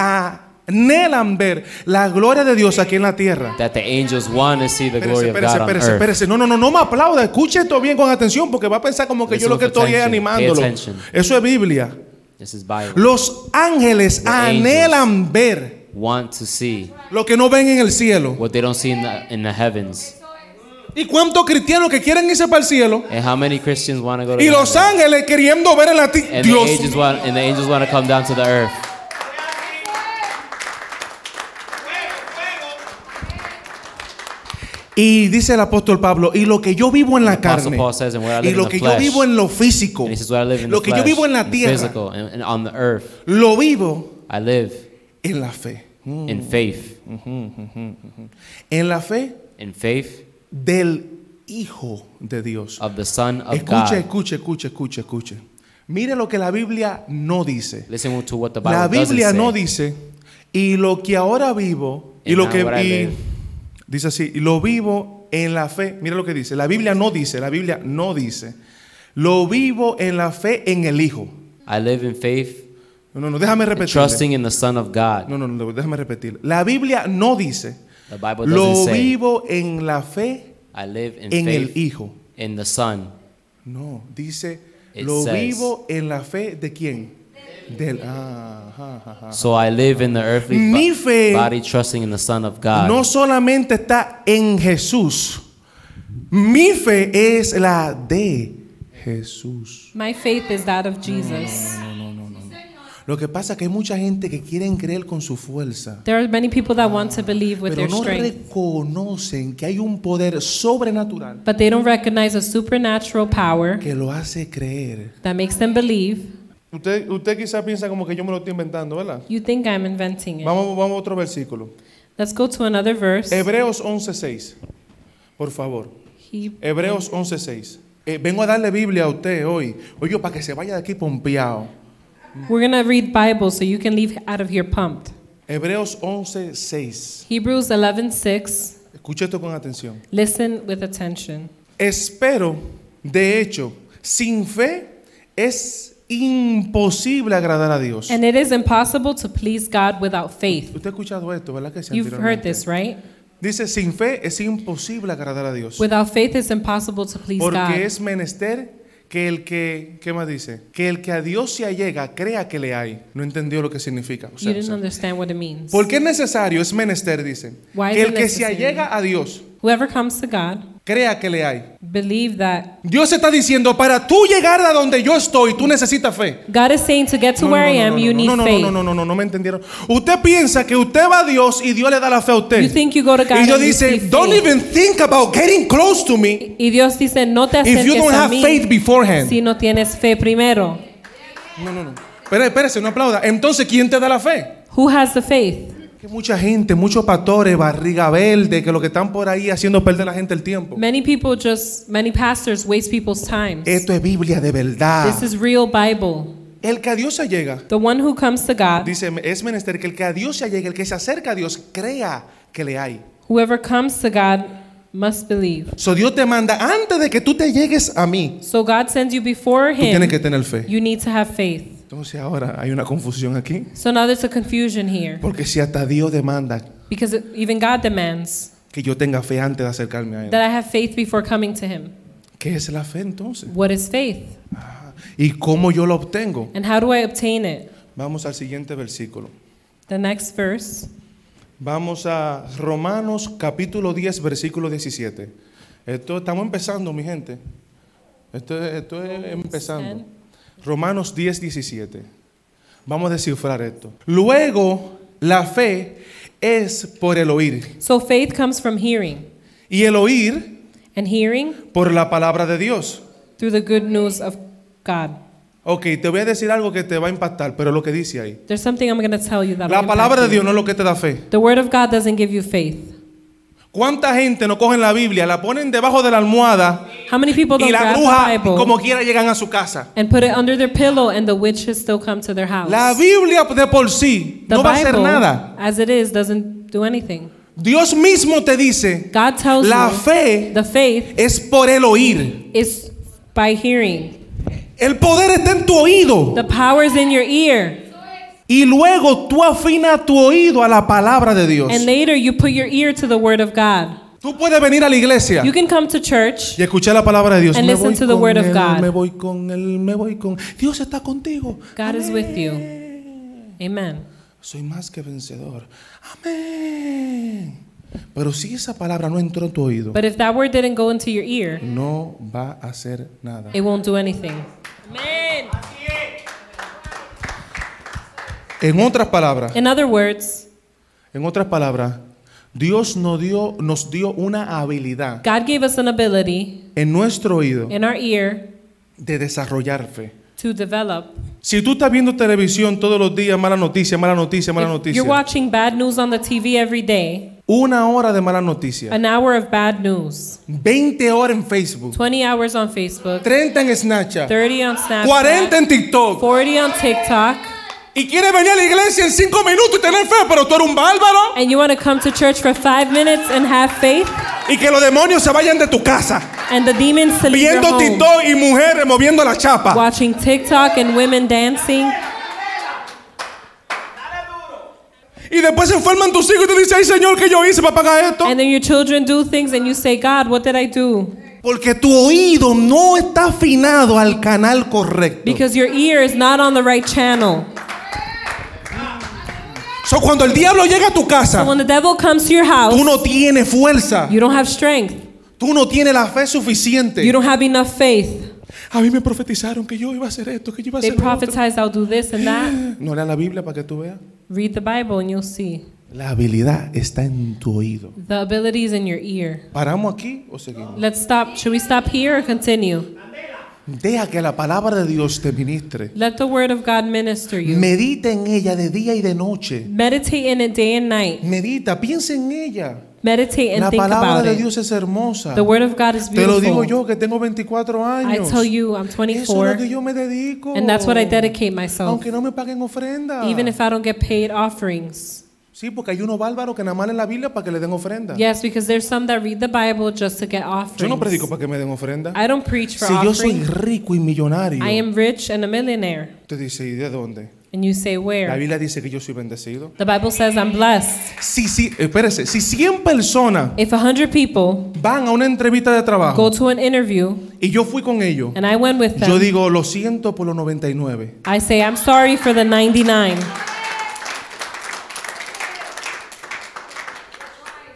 Speaker 2: anhelan ver la gloria de Dios aquí en la tierra.
Speaker 3: That the angels want to see the
Speaker 2: Espérese,
Speaker 3: glory of
Speaker 2: espérese,
Speaker 3: God on
Speaker 2: espérese,
Speaker 3: earth.
Speaker 2: espérese. No, no, no, no me aplauda. Escuche esto bien con atención porque va a pensar como que
Speaker 3: Listen
Speaker 2: yo lo que
Speaker 3: with
Speaker 2: estoy es
Speaker 3: attention. Pay
Speaker 2: animándolo.
Speaker 3: attention.
Speaker 2: Eso es Biblia.
Speaker 3: This is Bible.
Speaker 2: Los ángeles
Speaker 3: The
Speaker 2: anhelan ver
Speaker 3: Want to see
Speaker 2: lo que no ven en el cielo.
Speaker 3: what they don't see in the, in the heavens.
Speaker 2: ¿Y cuántos cristianos que quieren irse para el cielo?
Speaker 3: And how many Christians want to go to
Speaker 2: Y los
Speaker 3: heaven?
Speaker 2: ángeles queriendo ver en la tierra.
Speaker 3: And the,
Speaker 2: Dios.
Speaker 3: angels want, and the angels want to come down to the earth.
Speaker 2: Y dice el apóstol Pablo, y lo que yo vivo en la
Speaker 3: the apostle
Speaker 2: carne,
Speaker 3: Paul says, "And what I live
Speaker 2: y lo
Speaker 3: in the
Speaker 2: que yo
Speaker 3: flesh."
Speaker 2: vivo en lo físico,
Speaker 3: And he says, "What I live in
Speaker 2: lo
Speaker 3: the
Speaker 2: que yo
Speaker 3: flesh,
Speaker 2: vivo en la
Speaker 3: in
Speaker 2: tierra,
Speaker 3: physical, and, and on the earth,
Speaker 2: lo vivo
Speaker 3: I live
Speaker 2: en la fe.
Speaker 3: in faith.
Speaker 2: En la fe
Speaker 3: In faith
Speaker 2: del Hijo de Dios.
Speaker 3: of the Son of
Speaker 2: Escuche,
Speaker 3: God.
Speaker 2: escuche, escuche, escuche, escuche. Mire lo que la Biblia no dice.
Speaker 3: Listen to what the Bible
Speaker 2: La Biblia
Speaker 3: doesn't
Speaker 2: no
Speaker 3: say.
Speaker 2: dice, y lo que ahora vivo, y
Speaker 3: And
Speaker 2: lo
Speaker 3: now
Speaker 2: que...
Speaker 3: what I
Speaker 2: y-
Speaker 3: live.
Speaker 2: dice así, y lo vivo en la fe. Mira lo que dice. La Biblia no dice, la Biblia no dice. Lo vivo en la fe en el Hijo.
Speaker 3: I live in faith,
Speaker 2: No, no, no, déjame repetir.
Speaker 3: trusting in the Son of God.
Speaker 2: No, no, no, déjame repetir. La Biblia no dice,
Speaker 3: The Bible
Speaker 2: lo
Speaker 3: doesn't say,
Speaker 2: vivo en la fe
Speaker 3: I live in
Speaker 2: en el
Speaker 3: faith
Speaker 2: Hijo.
Speaker 3: in the Son,
Speaker 2: No, dice,
Speaker 3: It
Speaker 2: lo
Speaker 3: says-
Speaker 2: vivo en la fe de quién? Del- ah, ajá, ajá, ajá.
Speaker 3: So I live in the earthly bo-
Speaker 2: Mi fe
Speaker 3: body, trusting in the Son of God.
Speaker 2: no solamente está en Jesús. Mi fe es la de Jesús.
Speaker 4: My faith is that of Jesus.
Speaker 2: Lo que pasa es que hay mucha gente que quieren creer con su fuerza,
Speaker 4: There are many people that want to believe with
Speaker 2: pero
Speaker 4: their
Speaker 2: no
Speaker 4: strength,
Speaker 2: reconocen que hay un poder sobrenatural
Speaker 4: but they don't recognize a supernatural power
Speaker 2: que lo hace creer.
Speaker 4: that makes them believe.
Speaker 2: Usted, usted quizá piensa como que yo me lo estoy inventando, ¿verdad?
Speaker 4: You think I'm inventing it.
Speaker 2: Vamos, vamos a otro versículo.
Speaker 4: Let's go to another verse.
Speaker 2: Hebreos 11:6. Por favor.
Speaker 4: He-
Speaker 2: Hebreos 11:6. Eh, vengo a darle Biblia a usted hoy. Oye, para que se vaya de aquí pompeado.
Speaker 4: We're going to read Bible so you can leave out of here pumped.
Speaker 2: Hebreos 11:6.
Speaker 4: Hebrews 11:6.
Speaker 2: Escuche esto con atención.
Speaker 4: Listen with attention.
Speaker 2: Espero, de hecho, sin fe es imposible agradar a Dios.
Speaker 4: And it is impossible to please God without faith.
Speaker 2: Usted ha escuchado esto, ¿verdad que sí?
Speaker 4: You've heard
Speaker 2: anteriormente?
Speaker 4: this, right?
Speaker 2: Dice, sin fe es imposible agradar a Dios.
Speaker 4: Without faith, it's impossible to please God.
Speaker 2: Porque es menester que el que, ¿qué más dice? Que el que a Dios se allega crea que le hay. No entendió lo que significa. O sea,
Speaker 4: You
Speaker 2: o
Speaker 4: didn't
Speaker 2: sea,
Speaker 4: understand what it means.
Speaker 2: ¿Por qué es necesario? Es menester, dice.
Speaker 4: Why is
Speaker 2: Que
Speaker 4: it
Speaker 2: el que se
Speaker 4: necessary?
Speaker 2: allega a Dios
Speaker 4: Whoever comes to God,
Speaker 2: crea que le hay.
Speaker 4: believe that
Speaker 2: Dios está diciendo, para tú llegar a donde yo estoy, tú necesitas fe.
Speaker 4: God is saying to get to
Speaker 2: No,
Speaker 4: where
Speaker 2: no,
Speaker 4: I
Speaker 2: no,
Speaker 4: am,
Speaker 2: no,
Speaker 4: you
Speaker 2: no,
Speaker 4: need
Speaker 2: no, no,
Speaker 4: faith.
Speaker 2: No, no, no, no, no me entendieron. Usted piensa que usted va a Dios y Dios le da la fe a usted.
Speaker 4: You think you go to God
Speaker 2: y Dios
Speaker 4: and you
Speaker 2: dice,
Speaker 4: receive
Speaker 2: don't
Speaker 4: faith."
Speaker 2: even think about getting close to me
Speaker 4: Y Dios dice, no te
Speaker 2: if you
Speaker 4: acerques
Speaker 2: don't
Speaker 4: a
Speaker 2: have faith
Speaker 4: mí
Speaker 2: beforehand.
Speaker 4: si no tienes fe primero.
Speaker 2: No, no, no. Espera, espérese, no aplauda. Entonces, ¿quién te da la fe?
Speaker 4: Who has the faith?
Speaker 2: Que mucha gente, muchos pastores, barriga verde, que lo que están por ahí haciendo perder a la gente el tiempo.
Speaker 4: Many people just, many pastors waste people's time.
Speaker 2: Esto es Biblia de verdad.
Speaker 4: This is real Bible.
Speaker 2: El que a Dios se llega,
Speaker 4: The one who comes to God,
Speaker 2: dice, es menester que el que a Dios se llega, el que se acerca a Dios, crea que le hay.
Speaker 4: whoever comes to God must believe.
Speaker 2: So Dios te manda, antes de que tú te llegues a mí,
Speaker 4: So God sends you before
Speaker 2: tú tienes que
Speaker 4: Him.
Speaker 2: tener fe.
Speaker 4: You need to have faith.
Speaker 2: Entonces ahora hay una confusión aquí.
Speaker 4: So now there's a confusion here
Speaker 2: Porque si hasta Dios demanda
Speaker 4: because even God demands
Speaker 2: que yo tenga fe antes de acercarme a Él,
Speaker 4: that I have faith before coming to Him.
Speaker 2: ¿qué es la fe entonces?
Speaker 4: What is faith?
Speaker 2: Ah, ¿Y cómo yo lo obtengo?
Speaker 4: And how do I obtain it?
Speaker 2: Vamos al siguiente versículo.
Speaker 4: The next verse,
Speaker 2: Vamos a Romanos capítulo 10, versículo 17. Esto estamos empezando, mi gente. Esto, esto es empezando. Romanos 10, 17. Vamos a descifrar esto. Luego, la fe es por el oír.
Speaker 4: So faith comes from hearing,
Speaker 2: Y el oír
Speaker 4: and hearing
Speaker 2: por la palabra de Dios.
Speaker 4: through the good news of God.
Speaker 2: Ok, te voy a decir algo que te va a impactar, pero lo que dice ahí.
Speaker 4: There's something I'm going to tell you that
Speaker 2: La
Speaker 4: will
Speaker 2: palabra de
Speaker 4: impact you.
Speaker 2: Dios no es lo que te da fe.
Speaker 4: The word of God doesn't give you faith.
Speaker 2: ¿Cuánta gente no cogen la Biblia, la ponen debajo de la almohada
Speaker 4: How many people don't
Speaker 2: y la
Speaker 4: grab
Speaker 2: bruja
Speaker 4: the Bible
Speaker 2: como quiera llegan a su casa.
Speaker 4: and put it under their pillow and the witches still come to their house?
Speaker 2: La Biblia de por sí
Speaker 4: the
Speaker 2: no va a hacer
Speaker 4: Bible,
Speaker 2: nada.
Speaker 4: as it is, doesn't do anything.
Speaker 2: Dios mismo te dice,
Speaker 4: God tells
Speaker 2: la
Speaker 4: you
Speaker 2: fe
Speaker 4: the faith
Speaker 2: es por el oír.
Speaker 4: is by hearing.
Speaker 2: El poder está en tu oído.
Speaker 4: The power is in your ear.
Speaker 2: Y luego tú afinas tu oído a la palabra de Dios.
Speaker 4: And later you put your ear to the word of God.
Speaker 2: Tú puedes venir a la iglesia
Speaker 4: You can come to church
Speaker 2: y escuchar la palabra de Dios.
Speaker 4: And
Speaker 2: me
Speaker 4: listen
Speaker 2: voy
Speaker 4: to the
Speaker 2: con
Speaker 4: word of
Speaker 2: él,
Speaker 4: God.
Speaker 2: me voy con él, me voy con... Dios está contigo.
Speaker 4: God is with you.
Speaker 2: Amén.
Speaker 4: Amen.
Speaker 2: Soy más que vencedor. Amén. Pero si esa palabra no entró en tu oído,
Speaker 4: But if that word didn't go into your ear,
Speaker 2: no va a hacer nada.
Speaker 4: it won't do anything. Amen.
Speaker 2: En otras palabras,
Speaker 4: In other words,
Speaker 2: en otras palabras, Dios nos dio, nos dio una habilidad
Speaker 4: God gave us an ability
Speaker 2: en nuestro oído
Speaker 4: in our ear
Speaker 2: de desarrollar fe.
Speaker 4: to develop.
Speaker 2: Si tú estás viendo televisión todos los días, mala noticia, mala noticia, mala
Speaker 4: If
Speaker 2: noticia.
Speaker 4: you're watching bad news on the TV every day,
Speaker 2: Una hora de mala noticia.
Speaker 4: an hour of bad news,
Speaker 2: 20 horas en Facebook.
Speaker 4: 20 hours on Facebook,
Speaker 2: 30 en Snapchat.
Speaker 4: 30 on
Speaker 2: 40
Speaker 4: Snapchat,
Speaker 2: en TikTok.
Speaker 4: 40 on TikTok,
Speaker 2: Y quieres venir a la iglesia en 5 minutos y tener fe, pero tú eres un bárbaro.
Speaker 4: and you want to come to church for five minutes and have faith,
Speaker 2: Y que los demonios se vayan de tu casa.
Speaker 4: and the demons to leave your
Speaker 2: Viendo
Speaker 4: home,
Speaker 2: TikTok y mujeres moviendo la chapa.
Speaker 4: watching TikTok and women dancing.
Speaker 2: Y después se enferman tus hijos y te dicen, ay Señor, ¿qué yo hice para pagar esto?
Speaker 4: And then your children do things and you say, God, what did I do?
Speaker 2: Porque tu oído no está afinado al canal correcto.
Speaker 4: Because your ear is not on the right channel.
Speaker 2: So, cuando el diablo llega a tu casa,
Speaker 4: So when the devil comes to your house,
Speaker 2: tú no tienes fuerza.
Speaker 4: you don't have strength.
Speaker 2: Tú no tienes la fe
Speaker 4: You
Speaker 2: suficiente.
Speaker 4: don't have enough faith.
Speaker 2: A mí me profetizaron que yo iba a hacer esto, que yo iba a
Speaker 4: They
Speaker 2: hacer lo otro.
Speaker 4: prophesize I'll do this and that.
Speaker 2: No lea la Biblia para que tú veas.
Speaker 4: Read the Bible and you'll see.
Speaker 2: La habilidad está en tu oído.
Speaker 4: The ability is in your ear.
Speaker 2: ¿Paramos aquí o seguimos?
Speaker 4: Let's stop. Should we stop here or continue?
Speaker 2: Deja que la palabra de Dios te ministre.
Speaker 4: Let the word of God minister you.
Speaker 2: Medita en ella de día y de noche.
Speaker 4: Meditate in it day and night.
Speaker 2: Medita, piensa en ella.
Speaker 4: Meditate and
Speaker 2: La
Speaker 4: think
Speaker 2: palabra
Speaker 4: about
Speaker 2: de
Speaker 4: it.
Speaker 2: Dios es hermosa.
Speaker 4: The word of God is
Speaker 2: Te lo digo
Speaker 4: beautiful.
Speaker 2: yo que tengo 24
Speaker 4: I
Speaker 2: años.
Speaker 4: tell you, I'm
Speaker 2: Eso es lo
Speaker 4: 24,
Speaker 2: que yo me dedico.
Speaker 4: and that's what I dedicate myself.
Speaker 2: Aunque no me paguen ofrenda.
Speaker 4: Even if I don't get paid offerings.
Speaker 2: Sí, porque hay unos bárbaros que nada más leen la Biblia para que le den ofrenda.
Speaker 4: Yes, because there's some that read the Bible just to get
Speaker 2: Yo no predico
Speaker 4: offerings.
Speaker 2: para que me den ofrenda.
Speaker 4: I don't preach for
Speaker 2: Si yo soy
Speaker 4: offerings.
Speaker 2: rico y millonario,
Speaker 4: I am rich and a millionaire.
Speaker 2: te dice, ¿y de dónde?
Speaker 4: And you say,
Speaker 2: La
Speaker 4: where?
Speaker 2: Biblia dice que yo soy bendecido.
Speaker 4: The Bible says I'm blessed.
Speaker 2: Si, si, espérese, si 100 personas
Speaker 4: If 100 people
Speaker 2: van a una entrevista de
Speaker 4: go
Speaker 2: trabajo
Speaker 4: to an interview
Speaker 2: y yo fui con ellos,
Speaker 4: and I went with
Speaker 2: yo
Speaker 4: them,
Speaker 2: digo, lo siento por los 99.
Speaker 4: I say, I'm sorry for the 99.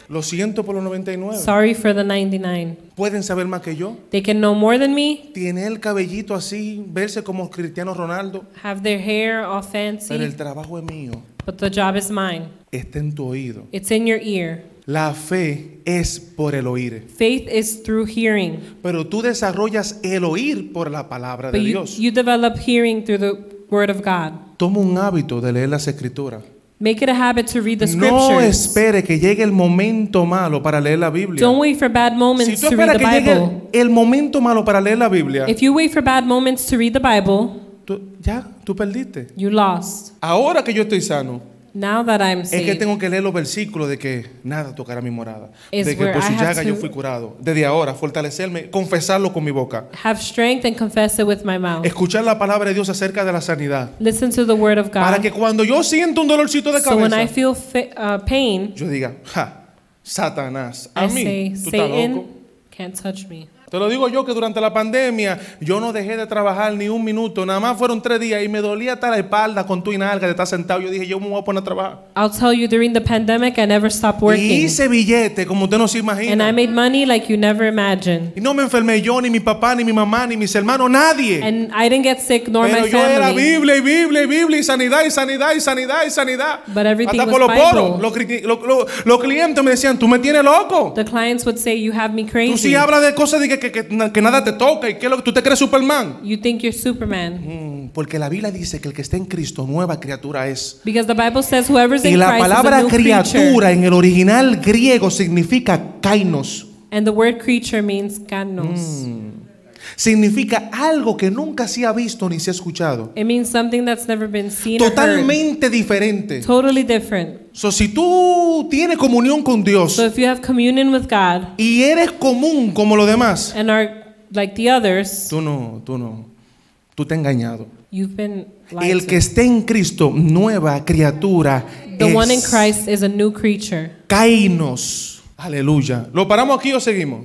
Speaker 2: Lo siento por los 99.
Speaker 4: Sorry for the 99.
Speaker 2: Pueden saber más que yo.
Speaker 4: They can know more than me,
Speaker 2: Tiene el cabellito así, verse como Cristiano Ronaldo.
Speaker 4: have their hair all
Speaker 2: Pero el
Speaker 4: fancy,
Speaker 2: trabajo es mío.
Speaker 4: but the job is mine.
Speaker 2: Está en tu oído.
Speaker 4: It's in your ear.
Speaker 2: La fe es por el oír.
Speaker 4: Faith is through hearing,
Speaker 2: Pero tú desarrollas el oír por la palabra de
Speaker 4: but you,
Speaker 2: Dios.
Speaker 4: you develop hearing through the Word of God.
Speaker 2: Toma un hábito de leer las escrituras.
Speaker 4: Make it a habit to read the
Speaker 2: No
Speaker 4: scriptures.
Speaker 2: espere que llegue el momento malo para leer la Biblia.
Speaker 4: Don't wait for bad
Speaker 2: Si
Speaker 4: moments
Speaker 2: tú
Speaker 4: to read
Speaker 2: esperas
Speaker 4: the
Speaker 2: que llegue
Speaker 4: Bible.
Speaker 2: el, el momento malo para leer la Biblia,
Speaker 4: If you wait for bad moments to read the Bible,
Speaker 2: tú- ya, tú perdiste.
Speaker 4: you lost.
Speaker 2: Ahora que yo estoy sano,
Speaker 4: Now that I'm
Speaker 2: es que
Speaker 4: saved,
Speaker 2: tengo que leer los versículos de que nada tocará mi morada.
Speaker 4: Is
Speaker 2: de que
Speaker 4: where
Speaker 2: por su
Speaker 4: I have
Speaker 2: llaga yo
Speaker 4: to-
Speaker 2: fui curado. Desde ahora, fortalecerme, confesarlo con mi boca.
Speaker 4: have strength and confess it with my mouth.
Speaker 2: Escuchar la palabra de Dios acerca de la sanidad.
Speaker 4: Listen to the word of
Speaker 2: Para que
Speaker 4: God.
Speaker 2: cuando yo siento un dolorcito de
Speaker 4: So when I
Speaker 2: cabeza,
Speaker 4: feel fa- uh, pain,
Speaker 2: yo diga, ja, Satanás, a
Speaker 4: I
Speaker 2: mí,
Speaker 4: say,
Speaker 2: tú estás loco.
Speaker 4: Satan can't touch me.
Speaker 2: Te lo digo yo que durante la pandemia yo no dejé de trabajar ni un minuto, nada más fueron tres días y me dolía hasta la espalda con tu y nalga de estar sentado. Yo dije, yo me voy a poner a trabajar.
Speaker 4: I'll tell you, during the pandemic, I never stopped
Speaker 2: Y
Speaker 4: working.
Speaker 2: hice billete, como usted no se
Speaker 4: And I
Speaker 2: imagina.
Speaker 4: made money like you never imagined.
Speaker 2: Y no me enfermé yo, ni mi papá, ni mi mamá, ni mis hermanos, nadie.
Speaker 4: And I didn't get sick nor
Speaker 2: Pero
Speaker 4: my
Speaker 2: yo era
Speaker 4: family.
Speaker 2: Biblia y Biblia y Biblia y sanidad y sanidad y sanidad y sanidad.
Speaker 4: But everything
Speaker 2: Hasta
Speaker 4: was
Speaker 2: por los
Speaker 4: Bible.
Speaker 2: poros. Los, cri- lo- lo- los clientes me decían, tú me tienes loco.
Speaker 4: The clients would say, You have me
Speaker 2: Tú sí
Speaker 4: crazy.
Speaker 2: hablas de cosas de que, que- que- que nada te toca y que lo- tú te crees Superman.
Speaker 4: You think you're Superman.
Speaker 2: Mm, Porque la Biblia dice que el que está en Cristo, nueva criatura es.
Speaker 4: Because the Bible says, Whoever's
Speaker 2: Y
Speaker 4: in
Speaker 2: la
Speaker 4: Christ is a
Speaker 2: palabra
Speaker 4: new creature.
Speaker 2: criatura en el original griego significa kainos.
Speaker 4: And the word creature means kanos.
Speaker 2: Mm. Significa algo que nunca se ha visto ni se ha escuchado.
Speaker 4: It means something that's never been seen or heard.
Speaker 2: Totalmente diferente.
Speaker 4: Totally different.
Speaker 2: So, si tú tienes comunión con Dios
Speaker 4: So if you have communion with God
Speaker 2: y eres común como los demás,
Speaker 4: and are like the others,
Speaker 2: tú no, tú no. Tú te has engañado.
Speaker 4: you've been lied
Speaker 2: El que
Speaker 4: to.
Speaker 2: esté en Cristo, nueva criatura
Speaker 4: The one in
Speaker 2: es.
Speaker 4: Christ is a new creature.
Speaker 2: Caínos. Aleluya. ¿Lo paramos aquí o seguimos?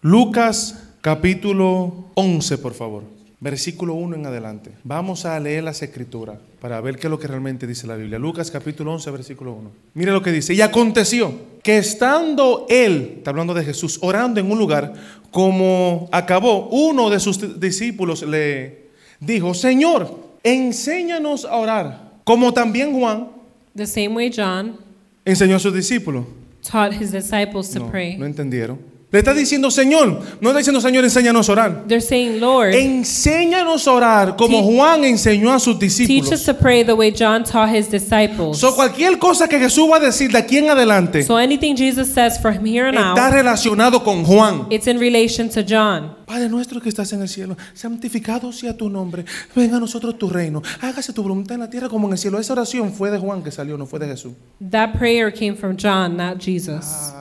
Speaker 2: Lucas capítulo 11, por favor. Versículo 1 en adelante. Vamos a leer las escrituras para ver qué es lo que realmente dice la Biblia. Lucas capítulo 11, versículo 1. Mire lo que dice. Y aconteció que estando él, está hablando de Jesús, orando en un lugar, como acabó, uno de sus discípulos le dijo, Señor, enséñanos a orar. Como también Juan
Speaker 4: The same way John
Speaker 2: enseñó a sus discípulos.
Speaker 4: taught his disciples to
Speaker 2: No, no
Speaker 4: pray.
Speaker 2: entendieron. Le está diciendo, Señor, no está diciendo, Señor, enséñanos a orar.
Speaker 4: They're saying, Lord,
Speaker 2: Enséñanos a orar como
Speaker 4: Teach-
Speaker 2: Juan enseñó a sus
Speaker 4: teach us
Speaker 2: discípulos.
Speaker 4: to pray the way John taught his disciples.
Speaker 2: So, cualquier cosa que Jesús va a decir de aquí en adelante
Speaker 4: So anything Jesus says from here on
Speaker 2: está
Speaker 4: out,
Speaker 2: relacionado con Juan.
Speaker 4: it's in relation to John.
Speaker 2: Padre nuestro que estás en el cielo, santificado sea tu nombre, venga a nosotros tu reino, hágase tu voluntad en la tierra como en el cielo. Esa oración fue de Juan que salió, no fue de Jesús.
Speaker 4: That prayer came from John, not Jesus.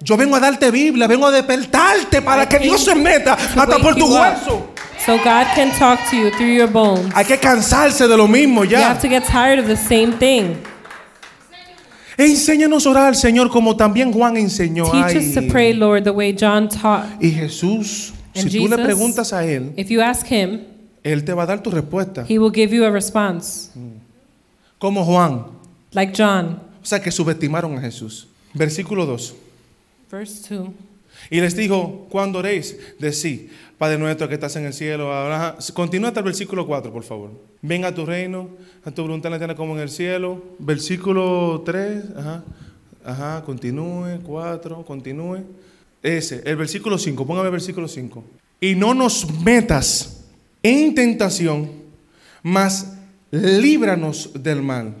Speaker 2: Yo vengo a darte Biblia, vengo a despertarte para que Dios se meta hasta
Speaker 4: wake
Speaker 2: por tu
Speaker 4: you up.
Speaker 2: hueso.
Speaker 4: So God can talk to you through your bones.
Speaker 2: Hay que cansarse de lo mismo ya.
Speaker 4: You have to get tired of the same thing.
Speaker 2: E Enséñanos a orar, Señor, como también Juan enseñó.
Speaker 4: Teach us to
Speaker 2: Ay.
Speaker 4: pray, Lord, the way John taught.
Speaker 2: Y Jesús, si
Speaker 4: And
Speaker 2: tú le
Speaker 4: Jesus-
Speaker 2: preguntas a Él,
Speaker 4: If you ask him,
Speaker 2: Él te va a dar tu respuesta.
Speaker 4: he will give you a response.
Speaker 2: Como Juan,
Speaker 4: like John.
Speaker 2: O sea, que subestimaron a Jesús. Versículo 2.
Speaker 4: Verse 2.
Speaker 2: Y les dijo, cuando oréis, decid, Padre nuestro que estás en el cielo, ahora... Continúa hasta el versículo 4, por favor. Venga a tu reino, a tu voluntad en la tierra como en el cielo. Versículo 3, ajá, ajá, continúe, 4, continúe. Ese, el versículo 5, póngame el versículo 5. Y no nos metas en tentación, mas líbranos del mal.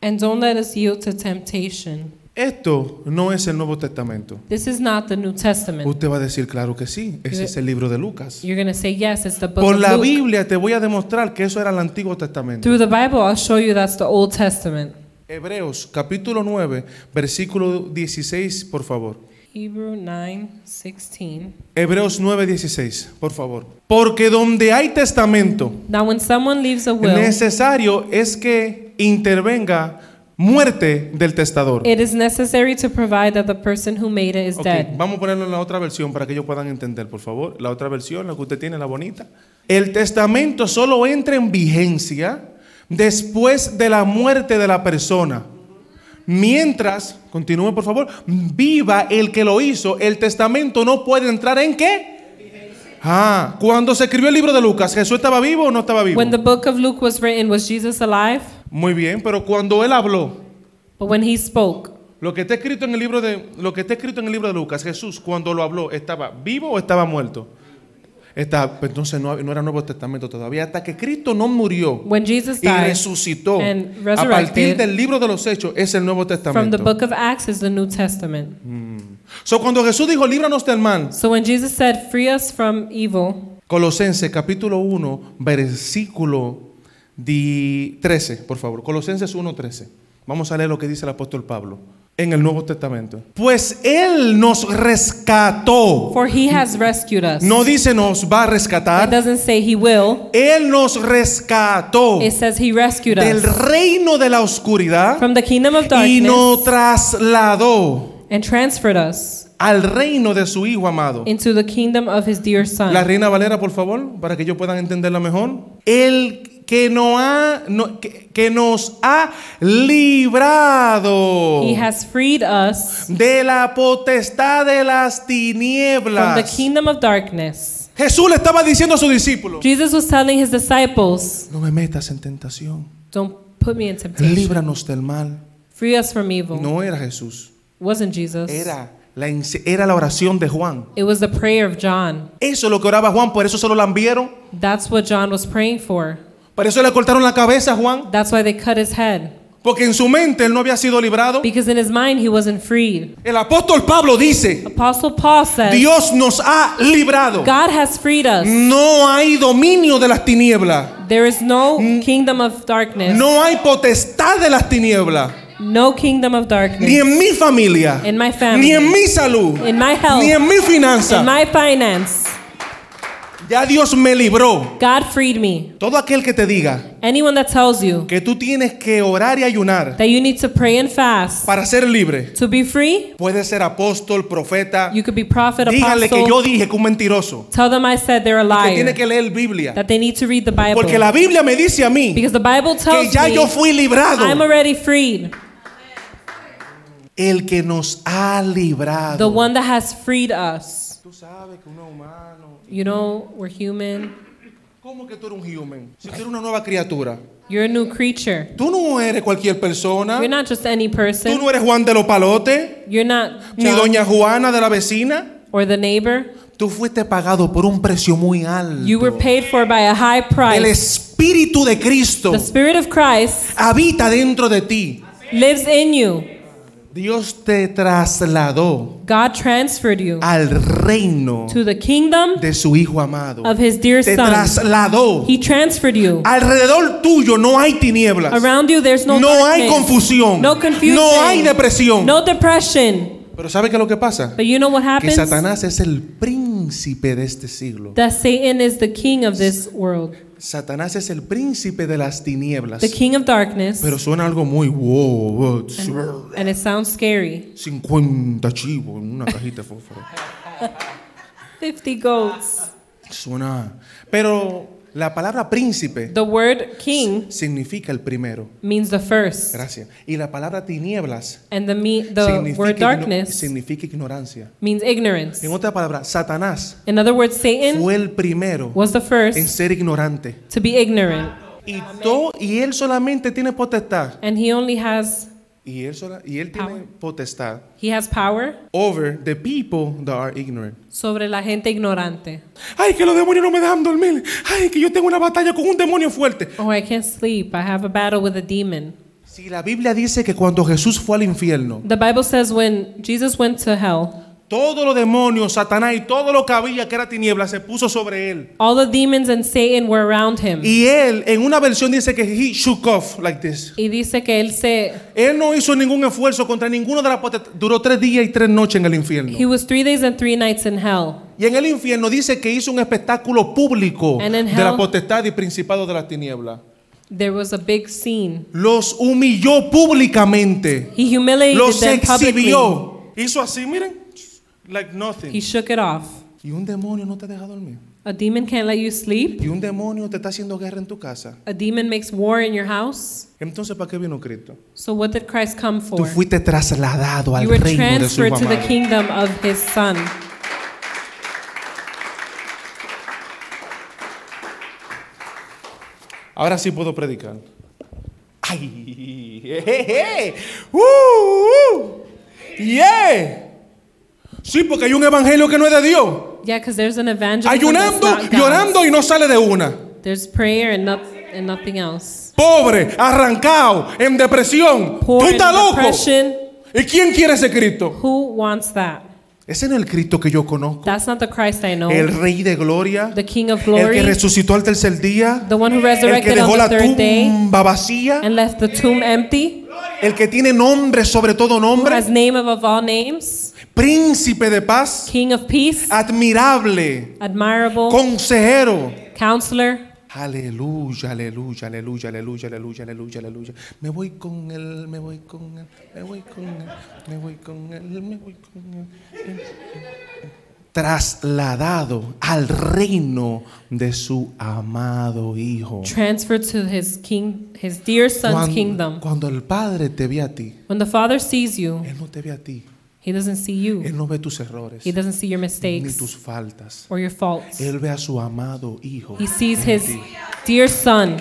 Speaker 4: And don't let us yield to temptation.
Speaker 2: Esto no es el Nuevo Testamento.
Speaker 4: This is not the New Testament.
Speaker 2: Usted va a decir, claro que sí, ese es el libro de Lucas.
Speaker 4: You're going to say, yes, it's the book
Speaker 2: Por
Speaker 4: of
Speaker 2: la
Speaker 4: Luke.
Speaker 2: Biblia te voy a demostrar que eso era el Antiguo Testamento.
Speaker 4: Through the Bible, I'll show you that's the Old Testament.
Speaker 2: Hebreos capítulo 9, versículo 16, por favor.
Speaker 4: Hebrew 9, 16.
Speaker 2: Hebreos 9, 16, por favor. Porque donde hay testamento,
Speaker 4: Now, when someone leaves a will,
Speaker 2: necesario es que intervenga muerte del testador.
Speaker 4: it is necessary to provide that the person who made it is
Speaker 2: Ok,
Speaker 4: dead.
Speaker 2: vamos a ponerlo en la otra versión para que ellos puedan entender, por favor. La otra versión, la que usted tiene, la bonita. El testamento solo entra en vigencia después de la muerte de la persona. Mientras, continúe por favor, viva el que lo hizo, el testamento no puede entrar en qué? Ah, cuando se escribió el libro de Lucas, ¿Jesús estaba vivo o no estaba vivo?
Speaker 4: When the book of Luke was written, was Jesus alive?
Speaker 2: Muy bien, pero cuando él habló,
Speaker 4: But when he spoke,
Speaker 2: lo que está escrito en el libro de lo que está escrito en el libro de Lucas, Jesús cuando lo habló, ¿estaba vivo o estaba muerto? Está, pues entonces no, no era Nuevo Testamento todavía, hasta que Cristo no murió
Speaker 4: when Jesus
Speaker 2: y
Speaker 4: died,
Speaker 2: resucitó.
Speaker 4: and
Speaker 2: A
Speaker 4: resurrected,
Speaker 2: partir del libro de los Hechos es el Nuevo
Speaker 4: from the
Speaker 2: Testamento.
Speaker 4: book of Acts is the New Testament.
Speaker 2: So, cuando Jesús dijo, líbranos del mal,
Speaker 4: So when Jesus said, free us from evil,
Speaker 2: Colosenses capítulo 1, versículo di- 13, por favor. Colosenses 1, 13. Vamos a leer lo que dice el apóstol Pablo en el Nuevo Testamento. Pues Él nos rescató.
Speaker 4: for he has rescued us.
Speaker 2: No dice nos va a
Speaker 4: it
Speaker 2: rescatar.
Speaker 4: doesn't say he will.
Speaker 2: Él nos rescató
Speaker 4: It says he rescued
Speaker 2: del
Speaker 4: us
Speaker 2: reino de la oscuridad
Speaker 4: from the kingdom of
Speaker 2: y nos
Speaker 4: darkness
Speaker 2: trasladó
Speaker 4: and transferred us
Speaker 2: al reino de su Hijo amado.
Speaker 4: into the kingdom of his
Speaker 2: La
Speaker 4: dear son.
Speaker 2: Reina Valera, por favor, para que yo puedan entenderla mejor. El que, no ha, no- que, que nos ha librado
Speaker 4: He has freed us
Speaker 2: de la potestad de las
Speaker 4: from the
Speaker 2: tinieblas.
Speaker 4: kingdom of darkness.
Speaker 2: Jesús le estaba diciendo a sus discípulos,
Speaker 4: Jesus was telling his disciples,
Speaker 2: no me metas en tentación,
Speaker 4: don't put me in temptation.
Speaker 2: líbranos del mal.
Speaker 4: Free us from evil.
Speaker 2: No era Jesús,
Speaker 4: Wasn't Jesus.
Speaker 2: era la, ens- era la oración de Juan.
Speaker 4: It was the prayer of John.
Speaker 2: Eso es lo que oraba Juan, por eso se lo lambieron,
Speaker 4: That's what John was praying for.
Speaker 2: por eso le cortaron la cabeza a Juan,
Speaker 4: That's why they cut his head.
Speaker 2: porque en su mente él no había sido librado.
Speaker 4: Because in his mind, he wasn't freed.
Speaker 2: El apóstol Pablo dice,
Speaker 4: Apostle Paul says,
Speaker 2: Dios nos ha librado.
Speaker 4: God has freed us.
Speaker 2: No hay dominio de las tinieblas.
Speaker 4: There is no kingdom of darkness,
Speaker 2: Mm. No hay potestad de las tinieblas.
Speaker 4: no kingdom of
Speaker 2: Ni
Speaker 4: darkness
Speaker 2: en mi familia.
Speaker 4: In my family.
Speaker 2: Ni en mi salud.
Speaker 4: In my health.
Speaker 2: Ni en mi finanza.
Speaker 4: in my finance.
Speaker 2: Ya Dios me libró.
Speaker 4: God freed me.
Speaker 2: Todo aquel que te diga
Speaker 4: Anyone that tells you
Speaker 2: que tú tienes que orar y ayunar
Speaker 4: that you need to pray and fast
Speaker 2: para ser libre,
Speaker 4: to be free,
Speaker 2: puede ser apóstol, profeta.
Speaker 4: you could be prophet,
Speaker 2: Dígale que yo
Speaker 4: apostle.
Speaker 2: dije que un mentiroso.
Speaker 4: Tell them I said they're a
Speaker 2: Que tiene
Speaker 4: liar,
Speaker 2: que leer Biblia.
Speaker 4: that they need to read the Bible.
Speaker 2: Porque la Biblia me dice a mí
Speaker 4: Because the Bible
Speaker 2: que
Speaker 4: tells
Speaker 2: ya yo
Speaker 4: me
Speaker 2: fui librado.
Speaker 4: I'm already freed.
Speaker 2: El que nos ha
Speaker 4: The
Speaker 2: librado.
Speaker 4: one that has freed us.
Speaker 2: Tú sabes que uno es humano.
Speaker 4: You know, we're human.
Speaker 2: ¿Cómo que tú eres un human? Si tú eres una nueva criatura.
Speaker 4: You're a new creature.
Speaker 2: Tú no eres cualquier persona.
Speaker 4: You're not just any
Speaker 2: Tú
Speaker 4: person.
Speaker 2: no eres Juan de los Palotes,
Speaker 4: You're not
Speaker 2: ni
Speaker 4: John
Speaker 2: doña Juana de la vecina.
Speaker 4: or the neighbor.
Speaker 2: Tú fuiste pagado por un precio muy alto.
Speaker 4: You were paid for by a high
Speaker 2: El
Speaker 4: price.
Speaker 2: Espíritu de Cristo
Speaker 4: The Spirit of Christ
Speaker 2: habita dentro de ti.
Speaker 4: lives in you.
Speaker 2: Dios te trasladó
Speaker 4: God transferred you
Speaker 2: al reino
Speaker 4: to the kingdom
Speaker 2: de su Hijo amado.
Speaker 4: of His dear
Speaker 2: Te
Speaker 4: Son.
Speaker 2: trasladó.
Speaker 4: He transferred you.
Speaker 2: Alrededor tuyo no hay tinieblas.
Speaker 4: Around you, there's no
Speaker 2: No hay
Speaker 4: darkness.
Speaker 2: confusión.
Speaker 4: No confusion.
Speaker 2: No hay depresión.
Speaker 4: No depression.
Speaker 2: Pero ¿sabe qué es lo que pasa?
Speaker 4: But you know what
Speaker 2: Que
Speaker 4: happens?
Speaker 2: Satanás es el príncipe de este siglo.
Speaker 4: That Satan is the king of this world,
Speaker 2: Satanás es el príncipe de las tinieblas.
Speaker 4: the king of darkness,
Speaker 2: Pero suena algo muy wow, wow, tss, brr,
Speaker 4: and it sounds scary.
Speaker 2: 50 chivos en una cajita de fósforo.
Speaker 4: 50 goats.
Speaker 2: Suena. Pero La palabra príncipe
Speaker 4: The word king
Speaker 2: significa el primero.
Speaker 4: means the first,
Speaker 2: Gracias. Y la palabra tinieblas
Speaker 4: and the, me, the
Speaker 2: significa,
Speaker 4: word
Speaker 2: igno-
Speaker 4: darkness
Speaker 2: significa ignorancia.
Speaker 4: means ignorance.
Speaker 2: En otra palabra, Satanás
Speaker 4: In other words, Satan
Speaker 2: fue el primero
Speaker 4: was the
Speaker 2: en
Speaker 4: first
Speaker 2: ser ignorante.
Speaker 4: to be ignorant,
Speaker 2: Y, to- y él solamente tiene potestad.
Speaker 4: and he only has
Speaker 2: Y él, sola- y él tiene potestad
Speaker 4: he has power
Speaker 2: over the people that are ignorant.
Speaker 4: sobre la gente ignorante.
Speaker 2: Ay, que los demonios no me dejan dormir. Ay, que yo tengo una batalla con un demonio fuerte.
Speaker 4: Oh, I can't sleep. I have a battle with a demon.
Speaker 2: Si la Biblia dice que cuando Jesús fue al infierno,
Speaker 4: The Bible says when Jesus went to hell,
Speaker 2: todos los demonios, Satanás y todo lo que había que era tiniebla se puso sobre él.
Speaker 4: all the demons and Satan were around him.
Speaker 2: Y él, en una versión dice que he shook off like this.
Speaker 4: Y dice que él se
Speaker 2: Él no hizo ningún esfuerzo contra ninguno de las potestades. Duró tres días y tres noches en el infierno.
Speaker 4: he was three days and three nights in hell.
Speaker 2: Y en el infierno dice que hizo un espectáculo público
Speaker 4: And in
Speaker 2: de la
Speaker 4: hell-
Speaker 2: potestad y principado de las tinieblas.
Speaker 4: There was a big scene.
Speaker 2: Los humilló públicamente.
Speaker 4: He humiliated
Speaker 2: Los
Speaker 4: them publicly.
Speaker 2: exhibió. Hizo así, miren. Like nothing.
Speaker 4: He shook it off.
Speaker 2: Y un demonio no te deja dormir.
Speaker 4: A demon can't let you sleep.
Speaker 2: Y un demonio te está haciendo guerra en tu casa.
Speaker 4: A demon makes war in your house.
Speaker 2: Entonces, ¿para qué vino Cristo?
Speaker 4: So what did Christ come
Speaker 2: Tú
Speaker 4: for?
Speaker 2: fuiste trasladado al
Speaker 4: You were
Speaker 2: reino de su
Speaker 4: transferred to the
Speaker 2: amado.
Speaker 4: kingdom of his son.
Speaker 2: Ahora sí puedo predicar. ¡Ay! je, je, je. ¡Uh! uh. ¡Yeah! Sí, porque hay un evangelio que no es de Dios.
Speaker 4: Yeah, because there's an evangelism that's
Speaker 2: Ayunando,
Speaker 4: not God's.
Speaker 2: llorando y no sale de una.
Speaker 4: There's prayer and, not, and nothing else.
Speaker 2: Pobre, arrancado, en depresión.
Speaker 4: Poor
Speaker 2: Tú
Speaker 4: and
Speaker 2: estás loco.
Speaker 4: depression.
Speaker 2: ¿Y quién quiere ese Cristo?
Speaker 4: Who wants that?
Speaker 2: Ese no es el Cristo que yo conozco.
Speaker 4: That's not the Christ I know.
Speaker 2: El Rey de Gloria.
Speaker 4: the King of
Speaker 2: El
Speaker 4: glory.
Speaker 2: que resucitó al tercer día.
Speaker 4: the one who
Speaker 2: El que
Speaker 4: resurrected
Speaker 2: dejó
Speaker 4: on
Speaker 2: la
Speaker 4: the third day
Speaker 2: tumba vacía.
Speaker 4: and left the tomb empty.
Speaker 2: El que tiene nombre sobre todo
Speaker 4: Who
Speaker 2: nombre.
Speaker 4: has name above all names.
Speaker 2: Príncipe de paz.
Speaker 4: King of peace.
Speaker 2: Admirable.
Speaker 4: Admirable.
Speaker 2: Consejero.
Speaker 4: counselor.
Speaker 2: Aleluya, aleluya, aleluya, aleluya, aleluya, aleluya, aleluya. Me voy con él, me voy con él, me voy con él, me voy con él, me voy con él. Trasladado al reino de su amado hijo.
Speaker 4: Transferred to his king, his dear son's
Speaker 2: Cuando,
Speaker 4: kingdom.
Speaker 2: cuando el Padre te ve a ti,
Speaker 4: When the Father sees you,
Speaker 2: Él no te ve a ti.
Speaker 4: he doesn't see you.
Speaker 2: Él no ve tus errores
Speaker 4: He doesn't see your
Speaker 2: ni
Speaker 4: mistakes
Speaker 2: tus faltas.
Speaker 4: or your faults.
Speaker 2: Él ve a su amado hijo.
Speaker 4: He sees
Speaker 2: en
Speaker 4: his
Speaker 2: ti.
Speaker 4: dear son.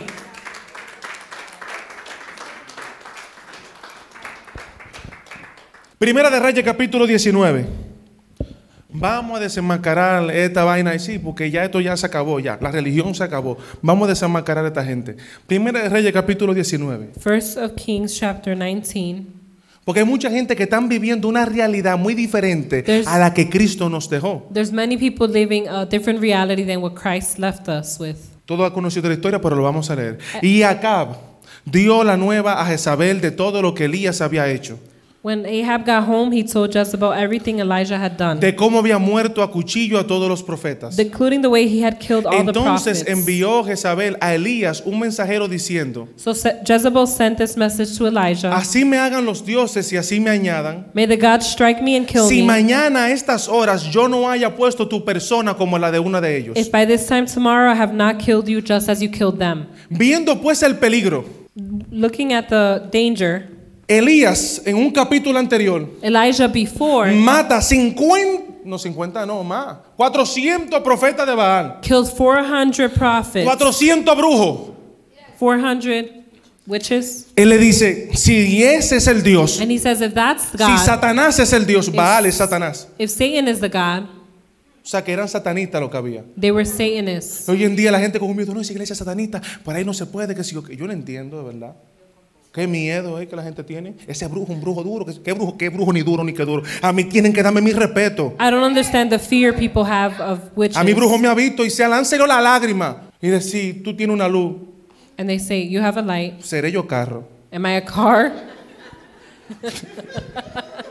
Speaker 2: Primera de Reyes capítulo 19. Vamos a desenmascarar esta vaina y sí, porque ya esto ya se acabó, ya. La religión se acabó. Vamos a desenmascarar a esta gente. Primera de Reyes capítulo 19.
Speaker 4: First of Kings chapter 19.
Speaker 2: Porque hay mucha gente que están viviendo una realidad muy diferente
Speaker 4: There's-
Speaker 2: a la que Cristo nos dejó.
Speaker 4: There's many people living a different reality than what Christ left us with.
Speaker 2: Todo ha conocido la historia, pero lo vamos a leer.
Speaker 4: Eh.
Speaker 2: Y Acab dio la nueva a Jezabel de todo lo que Elías había hecho.
Speaker 4: When Ahab got home, he told Jezebel everything Elijah had done,
Speaker 2: De cómo había muerto a cuchillo a todos los profetas.
Speaker 4: including the way he had killed all the prophets.
Speaker 2: Entonces envió Jezabel a Elías un mensajero diciendo,
Speaker 4: so Se- Jezebel sent this message to Elijah
Speaker 2: Así me hagan los dioses y así me añadan.
Speaker 4: May the God strike me and kill
Speaker 2: Si
Speaker 4: me
Speaker 2: mañana a estas horas yo no haya puesto tu persona como la de una de ellos.
Speaker 4: if by this time tomorrow I have not killed you just as you killed them.
Speaker 2: Viendo pues el peligro,
Speaker 4: Looking at the danger,
Speaker 2: Elías en un capítulo anterior
Speaker 4: Elijah before
Speaker 2: mata 50, no 50, no más, 400 profetas de Baal,
Speaker 4: killed 400 prophets,
Speaker 2: 400 brujos.
Speaker 4: 400 witches.
Speaker 2: Él le dice, si ese es el Dios,
Speaker 4: And he says, if that's
Speaker 2: si
Speaker 4: God,
Speaker 2: Satanás es el Dios, Baal es Satanás.
Speaker 4: if Satan is the God,
Speaker 2: O sea que eran satanistas lo que había.
Speaker 4: they were Satanists.
Speaker 2: Hoy en día la gente con un miedo, no, esa iglesia es satanista, por ahí no se puede, que si yo, yo no entiendo, de verdad. Qué miedo es que la gente tiene. Ese brujo, un brujo duro, que- qué brujo, qué brujo ni duro ni qué duro. A mí tienen que darme mi respeto.
Speaker 4: I don't understand the fear people have of witches.
Speaker 2: A mi brujo me ha visto y se aláncelo la lágrima y decir, tú tienes una luz,
Speaker 4: And they say, you have a light.
Speaker 2: seré yo carro.
Speaker 4: Am I a car?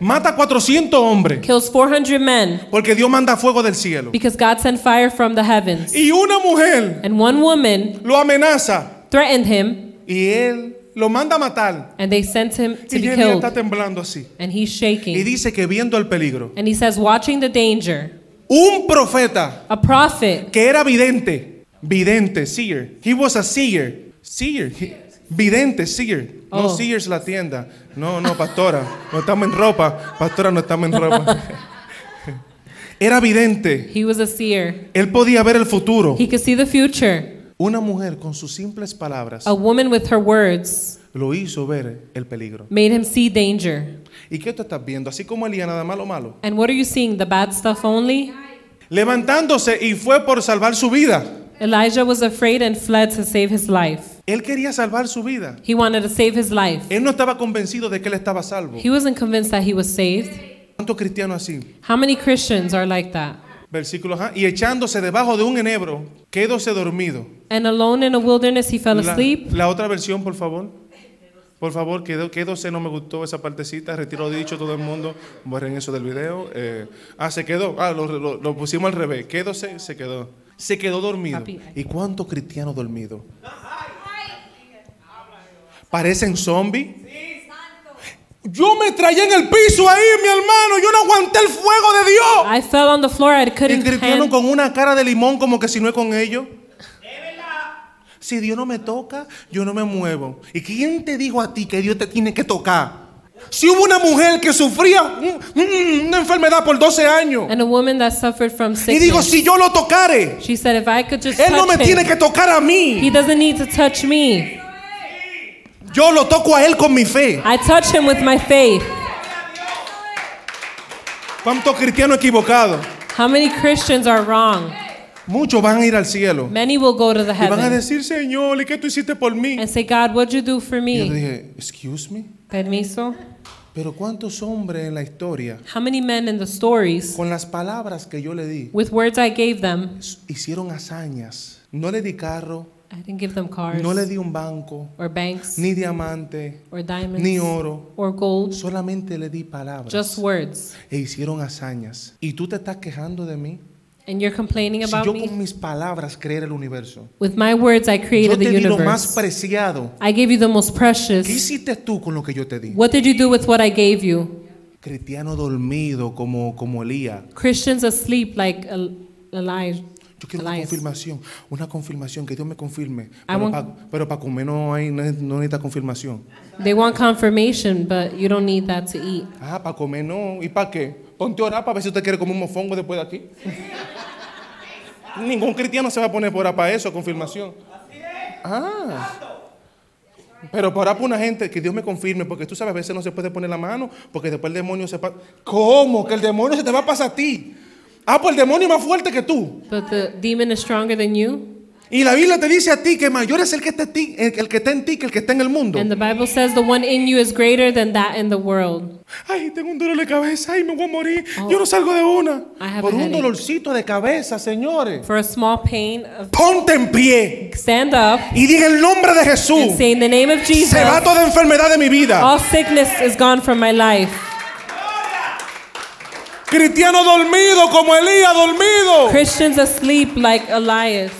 Speaker 2: Mata 400 hombres
Speaker 4: Kills 400 men
Speaker 2: porque Dios manda fuego del cielo.
Speaker 4: because God sent fire from the heavens.
Speaker 2: Y una mujer
Speaker 4: And one woman
Speaker 2: lo amenaza
Speaker 4: threatened him,
Speaker 2: y él lo manda a matar.
Speaker 4: and they sent him to
Speaker 2: Y
Speaker 4: be
Speaker 2: él está
Speaker 4: killed.
Speaker 2: temblando así.
Speaker 4: And he's
Speaker 2: Y
Speaker 4: shaking.
Speaker 2: dice que viendo el peligro,
Speaker 4: And he says, watching the danger,
Speaker 2: un profeta
Speaker 4: a prophet
Speaker 2: que era vidente, Vidente, seer. He was a seer. Seer. He- vidente, seer. No,
Speaker 4: Oh.
Speaker 2: seer es la tienda. No, no, pastora. No estamos en ropa. Pastora, no estamos en ropa. Era vidente.
Speaker 4: He was a seer.
Speaker 2: Él podía ver el futuro.
Speaker 4: He could see the future.
Speaker 2: Una mujer con sus simples palabras
Speaker 4: A woman with her words
Speaker 2: lo hizo ver el peligro.
Speaker 4: made him see danger.
Speaker 2: ¿Y qué tú estás viendo? Así como Elías, nada malo, malo.
Speaker 4: And what are you seeing? The bad stuff only?
Speaker 2: Levantándose y fue por salvar su vida.
Speaker 4: Elijah was afraid and fled to save his life.
Speaker 2: Él quería salvar su vida.
Speaker 4: He wanted to save his life.
Speaker 2: Él no estaba convencido de que él estaba salvo.
Speaker 4: He wasn't convinced that he was saved.
Speaker 2: ¿Cuántos cristianos así?
Speaker 4: How many Christians are like that?
Speaker 2: Versículo, ajá, y echándose debajo de un enebro, quedóse dormido.
Speaker 4: And alone in a wilderness, he fell
Speaker 2: La,
Speaker 4: asleep.
Speaker 2: la otra versión, por favor. Por favor, quedó, quedóse, no me gustó esa partecita, retiro dicho todo el mundo, borren eso del video. eh, ah, se quedó, ah, lo, lo- lo pusimos al revés, quedóse, se quedó. Se quedó dormido.
Speaker 4: Papi.
Speaker 2: ¿Y cuántos cristianos dormidos? ¿Parecen zombies? Yo me traía en el piso ahí, mi hermano, yo no aguanté el fuego de Dios.
Speaker 4: I fell on the floor. I
Speaker 2: El
Speaker 4: couldn't
Speaker 2: cristiano
Speaker 4: handle
Speaker 2: con una cara de limón como que si no es con ellos. Si Dios no me toca, yo no me muevo. ¿Y quién te dijo a ti que Dios te tiene que tocar? Si hubo una mujer que sufría un- un- una enfermedad por 12 años
Speaker 4: And a woman that suffered from
Speaker 2: y digo,
Speaker 4: sickness.
Speaker 2: si yo lo tocare,
Speaker 4: She said, if I could just
Speaker 2: Él no me
Speaker 4: touch
Speaker 2: tiene
Speaker 4: him,
Speaker 2: que tocar a mí.
Speaker 4: he doesn't need to touch me.
Speaker 2: Yo lo toco a Él con mi fe.
Speaker 4: I touch him with my faith.
Speaker 2: ¿Cuántos cristianos equivocados?
Speaker 4: How many Christians are wrong?
Speaker 2: Muchos van a ir al cielo
Speaker 4: Many will go to the
Speaker 2: y van a
Speaker 4: heaven
Speaker 2: decir, Señor, ¿y qué tú hiciste por mí?
Speaker 4: and say, God, what'd you do for
Speaker 2: Y yo
Speaker 4: me?
Speaker 2: dije, excuse me,
Speaker 4: Permiso?
Speaker 2: pero ¿cuántos hombres en la historia
Speaker 4: How many men in the stories,
Speaker 2: Con las palabras que yo le di,
Speaker 4: with words I gave them,
Speaker 2: s- hicieron hazañas. No le di carro,
Speaker 4: I didn't give them cars
Speaker 2: no le di un banco,
Speaker 4: or banks
Speaker 2: ni diamante,
Speaker 4: or diamonds
Speaker 2: ni oro.
Speaker 4: or gold,
Speaker 2: Solamente le di
Speaker 4: just
Speaker 2: palabras.
Speaker 4: words.
Speaker 2: E hicieron hazañas. Y tú te estás quejando de mí.
Speaker 4: And you're complaining
Speaker 2: Si
Speaker 4: about
Speaker 2: yo
Speaker 4: me?
Speaker 2: con mis palabras creé el universo.
Speaker 4: With my words, I
Speaker 2: Yo
Speaker 4: created
Speaker 2: te
Speaker 4: the
Speaker 2: di lo más
Speaker 4: universe.
Speaker 2: preciado.
Speaker 4: I gave you the most
Speaker 2: ¿Qué
Speaker 4: precious.
Speaker 2: hiciste tú con lo que yo te di?
Speaker 4: What did you do with what I gave you?
Speaker 2: Cristiano dormido como, como Elías.
Speaker 4: Christians asleep like El- Eli-
Speaker 2: Yo quiero una
Speaker 4: Elias.
Speaker 2: confirmación, una confirmación, que Dios me confirme.
Speaker 4: want-
Speaker 2: Pero para comer no, hay, no necesita confirmación.
Speaker 4: They want confirmation, but you don't need that to eat.
Speaker 2: Ah, para comer no. ¿Y para qué? Ponte a orar para ver si usted quiere comer un mofongo después de aquí. Ningún cristiano se va a poner por orar para eso, confirmación. Ah. Pero para orar para una gente que Dios me confirme, porque tú sabes, a veces no se puede poner la mano, porque después el demonio se pasa. ¿Cómo? Que el demonio se te va a pasar a ti. Ah, pues el demonio es más fuerte que tú.
Speaker 4: But the demon is stronger than you.
Speaker 2: Y la Biblia te dice a ti que mayor es el que, está en ti- el- el que está en ti que el que está en el mundo.
Speaker 4: And the Bible says the one in you is greater than that in the world.
Speaker 2: Ay, tengo un dolor de cabeza, ay, me voy a morir. Yo no salgo de una.
Speaker 4: Oh. I have
Speaker 2: Por
Speaker 4: a
Speaker 2: un
Speaker 4: headache.
Speaker 2: dolorcito de cabeza, señores.
Speaker 4: For a small pain, of
Speaker 2: Ponte en pie
Speaker 4: stand up
Speaker 2: y diga el nombre de Jesús.
Speaker 4: and say, In the name of
Speaker 2: Se va
Speaker 4: Jesus, Oh.
Speaker 2: toda enfermedad de mi vida.
Speaker 4: all sickness is gone from my life.
Speaker 2: Cristiano dormido como Elías dormido.
Speaker 4: Christians asleep like Elias.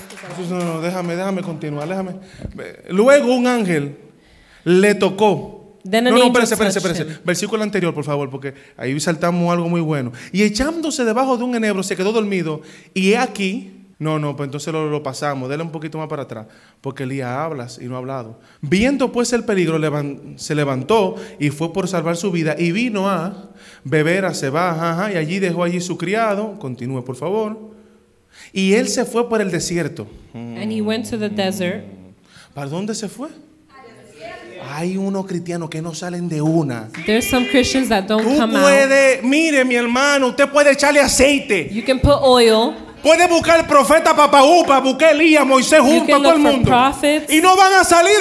Speaker 2: No, no, déjame, déjame continuar, déjame. Luego un ángel le tocó.
Speaker 4: Then
Speaker 2: No,
Speaker 4: an
Speaker 2: no,
Speaker 4: angel
Speaker 2: espérese, espérese,
Speaker 4: touched
Speaker 2: espérese. Versículo anterior, por favor, porque ahí saltamos algo muy bueno. Y echándose debajo de un enebro, se quedó dormido. Y he aquí. No, no, pues entonces lo, lo pasamos. Dele un poquito más para atrás. Porque Elías hablas y no ha hablado. Viendo pues el peligro, levan- se levantó y fue por salvar su vida. Y vino a beber a Seba, ajá, ajá, y allí dejó allí su criado. Continúe, por favor. Y él se fue por el desierto.
Speaker 4: And he went to the desert.
Speaker 2: ¿Para dónde se fue? Hay unos cristianos que no salen de una.
Speaker 4: There's some Christians that don't
Speaker 2: Tú
Speaker 4: come out.
Speaker 2: puedes, mire mi hermano, usted puede echarle aceite.
Speaker 4: You can put oil.
Speaker 2: Puede buscar el profeta Papaupa, buscar Elías, Moisés,
Speaker 4: You
Speaker 2: junto a
Speaker 4: can
Speaker 2: todo el
Speaker 4: look for
Speaker 2: mundo.
Speaker 4: prophets.
Speaker 2: Y no van a salir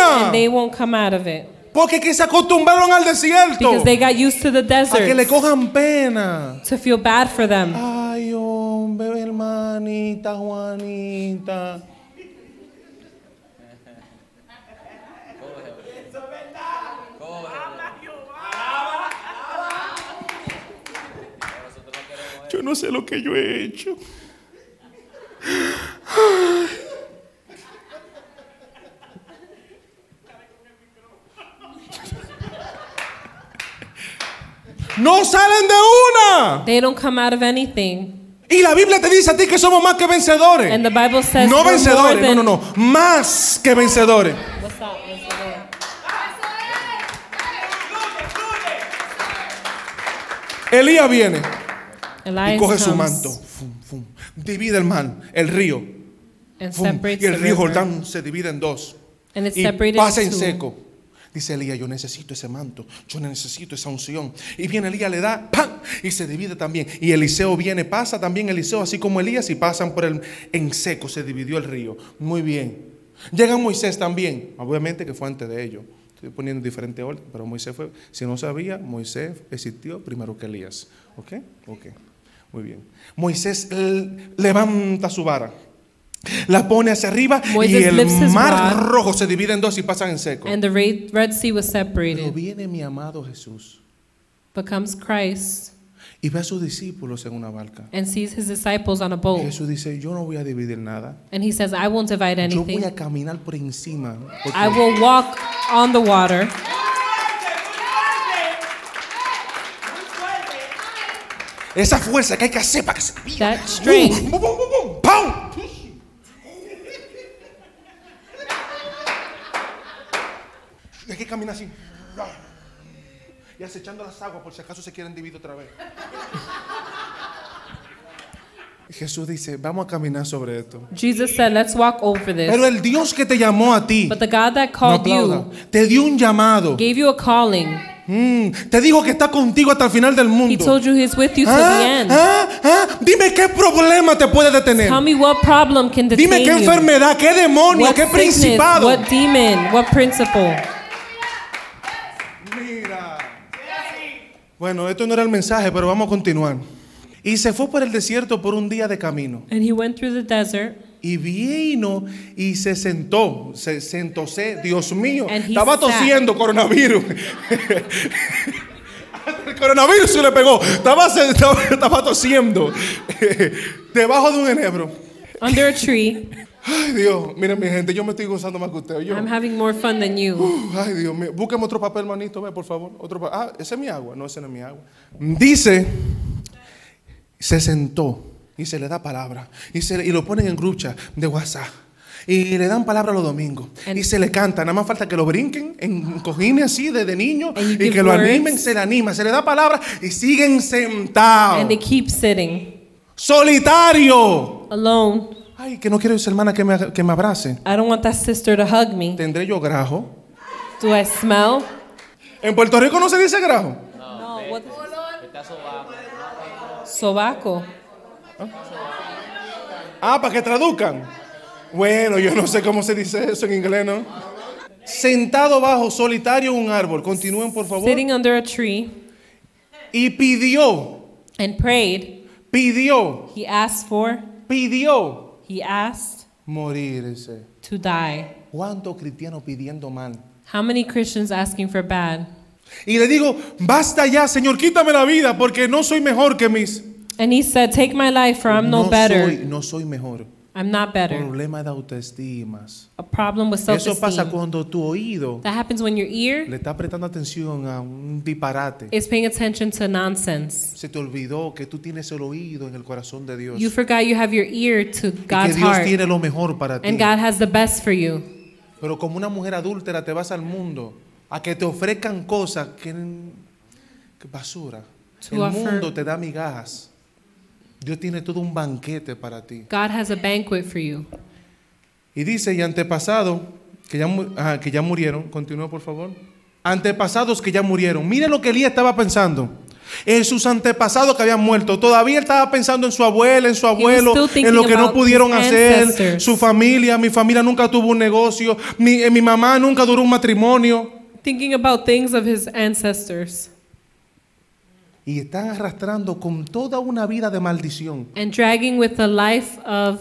Speaker 4: and
Speaker 2: de
Speaker 4: they
Speaker 2: una.
Speaker 4: won't come out of it
Speaker 2: Porque que se acostumbraron al desierto.
Speaker 4: because they got used to the
Speaker 2: A que le
Speaker 4: desert
Speaker 2: cojan pena.
Speaker 4: to feel bad for them.
Speaker 2: Ay, hombre, hermanita, Juanita. Yo no sé lo que yo he hecho. No salen de una.
Speaker 4: They don't come out of anything.
Speaker 2: Y la Biblia te dice a ti que somos más que vencedores.
Speaker 4: And the Bible says
Speaker 2: No
Speaker 4: we're more
Speaker 2: vencedores, no,
Speaker 4: than-
Speaker 2: no, no. Más que vencedores.
Speaker 4: What's that? What's that?
Speaker 2: Elías viene y
Speaker 4: Elias
Speaker 2: coge su
Speaker 4: comes
Speaker 2: manto. Fum, fum. divide el mar, el río.
Speaker 4: and
Speaker 2: Fum.
Speaker 4: separates
Speaker 2: y el
Speaker 4: the
Speaker 2: río
Speaker 4: river.
Speaker 2: Jordán se divide en dos.
Speaker 4: And it's
Speaker 2: Y
Speaker 4: separated
Speaker 2: pasa en
Speaker 4: into-
Speaker 2: seco. Dice Elías, yo necesito ese manto, yo necesito esa unción. Y viene Elías, le da, ¡pam! Y se divide también. Y Eliseo viene, pasa también Eliseo, así como Elías, y pasan por el... En seco se dividió el río. Muy bien. Llega Moisés también, obviamente que fue antes de ellos. Estoy poniendo diferente orden, pero Moisés fue... Si no sabía, Moisés existió primero que Elías. ¿Ok? Ok. Muy bien. Moisés l- levanta su vara. La pone hacia arriba y
Speaker 4: Moisés lifts
Speaker 2: el
Speaker 4: his
Speaker 2: mar
Speaker 4: rod.
Speaker 2: rojo se divide en dos y pasan en seco.
Speaker 4: And the Red, Red Sea was
Speaker 2: Pero
Speaker 4: separated.
Speaker 2: viene mi amado Jesús
Speaker 4: Becomes Christ
Speaker 2: y ve a sus discípulos en una barca.
Speaker 4: and sees his disciples on a
Speaker 2: Y
Speaker 4: boat.
Speaker 2: Jesús dice, yo no voy a dividir nada.
Speaker 4: And he says, I won't divide
Speaker 2: Yo voy
Speaker 4: anything.
Speaker 2: a caminar por encima. porque
Speaker 4: I will walk on the water.
Speaker 2: Esa fuerza que hay que hacer para que se
Speaker 4: That strength.
Speaker 2: ¡Bum, bum, bum, bum! ¡Pau! Y hay que caminar así. Y acechando las aguas por si acaso se quieren dividir otra vez. Jesús dice, vamos a caminar sobre esto.
Speaker 4: Jesus said, Let's walk over
Speaker 2: Pero
Speaker 4: this.
Speaker 2: el Dios que te llamó a ti,
Speaker 4: But the God that
Speaker 2: no
Speaker 4: called
Speaker 2: aplauda,
Speaker 4: you
Speaker 2: te dio un llamado.
Speaker 4: gave you a calling.
Speaker 2: Mm, te dijo que está contigo hasta el final del
Speaker 4: He
Speaker 2: mundo.
Speaker 4: told you he's with you till
Speaker 2: Ah,
Speaker 4: the end.
Speaker 2: ah, ah, Dime qué problema te puede detener.
Speaker 4: Tell me what problem can detain
Speaker 2: Dime qué
Speaker 4: you.
Speaker 2: enfermedad, qué demonio,
Speaker 4: what
Speaker 2: qué
Speaker 4: sickness,
Speaker 2: principado.
Speaker 4: what demon, what principle.
Speaker 2: Mira. Bueno, esto no era el mensaje, pero vamos a continuar. Y se fue por el desierto por un día de camino.
Speaker 4: And he went through the desert.
Speaker 2: Y vino y se sentó, se sentó, se- Dios mío,
Speaker 4: And he
Speaker 2: estaba
Speaker 4: sat.
Speaker 2: tosiendo coronavirus. el coronavirus se le pegó, estaba, se- estaba, estaba tosiendo debajo de un enebro.
Speaker 4: Under a tree,
Speaker 2: Ay Dios, miren mi gente, yo me estoy gozando más que usted. Yo.
Speaker 4: I'm having more fun than you.
Speaker 2: Uf, Ay, Dios mío. Búsqueme otro papel, manito, ve, por favor. Otro pa- ah, ese es mi agua. No, ese no es mi agua. Dice, se sentó y se le da palabra. Y, se, le- y lo ponen en grucha de WhatsApp. Y le dan palabra los domingos.
Speaker 4: And-
Speaker 2: y se le canta. Nada más falta que lo brinquen en cojines así desde niño.
Speaker 4: And you
Speaker 2: Y
Speaker 4: give
Speaker 2: que lo
Speaker 4: words.
Speaker 2: animen, se le anima. Se le da palabra y siguen sentados.
Speaker 4: And they keep sitting
Speaker 2: Solitario.
Speaker 4: alone.
Speaker 2: Ay, que no quiero esa hermana que me, ag- que me abrace.
Speaker 4: I don't want that sister to hug me.
Speaker 2: Tendré yo grajo.
Speaker 4: Do I smell?
Speaker 2: En Puerto Rico no se dice grajo.
Speaker 4: No. What? Sobaco.
Speaker 2: Ah, para que traduzcan. Bueno, yo no sé cómo se dice eso en inglés, ¿no? Sentado bajo solitario en un árbol, continúen por favor.
Speaker 4: Sitting under a tree
Speaker 2: Y pidió,
Speaker 4: and prayed.
Speaker 2: pidió,
Speaker 4: He asked for,
Speaker 2: pidió
Speaker 4: he asked
Speaker 2: morirse.
Speaker 4: to die.
Speaker 2: ¿Cuántos cristianos pidiendo mal?
Speaker 4: How many Christians asking for bad?
Speaker 2: Y le digo, basta ya, Señor, quítame la vida porque no soy mejor que mis.
Speaker 4: And he said, Take my life, for I'm no, better.
Speaker 2: soy, no soy mejor.
Speaker 4: I'm not better.
Speaker 2: Problema de autoestimas.
Speaker 4: A problem with self
Speaker 2: Eso pasa
Speaker 4: esteem.
Speaker 2: cuando tu oído
Speaker 4: That happens when your ear
Speaker 2: le está prestando atención a un disparate.
Speaker 4: is paying attention to nonsense.
Speaker 2: Se te olvidó que tú tienes el oído en el corazón de Dios.
Speaker 4: You forgot you have your ear to
Speaker 2: Y
Speaker 4: God's
Speaker 2: que Dios
Speaker 4: heart.
Speaker 2: tiene lo mejor para ti.
Speaker 4: And God has the best for you.
Speaker 2: Pero como una mujer adúltera te vas al mundo a que te ofrezcan cosas que, que basura.
Speaker 4: To
Speaker 2: el
Speaker 4: offer-
Speaker 2: mundo te da migajas. Dios tiene todo un banquete para ti.
Speaker 4: God has a banquet for you.
Speaker 2: Y dice, y antepasados que ya, mu- ajá, que ya murieron, continúa por favor. Antepasados que ya murieron. Mira lo que Elías estaba pensando. En sus antepasados que habían muerto. Todavía él estaba pensando en su abuela, en su abuelo,
Speaker 4: still thinking
Speaker 2: en lo que no
Speaker 4: about
Speaker 2: pudieron
Speaker 4: his
Speaker 2: hacer.
Speaker 4: ancestors.
Speaker 2: Su familia, mi familia nunca tuvo un negocio. Mi, eh, mi mamá nunca duró un matrimonio.
Speaker 4: Thinking about things of his ancestors
Speaker 2: Y están arrastrando con toda una vida de maldición.
Speaker 4: and dragging with the life of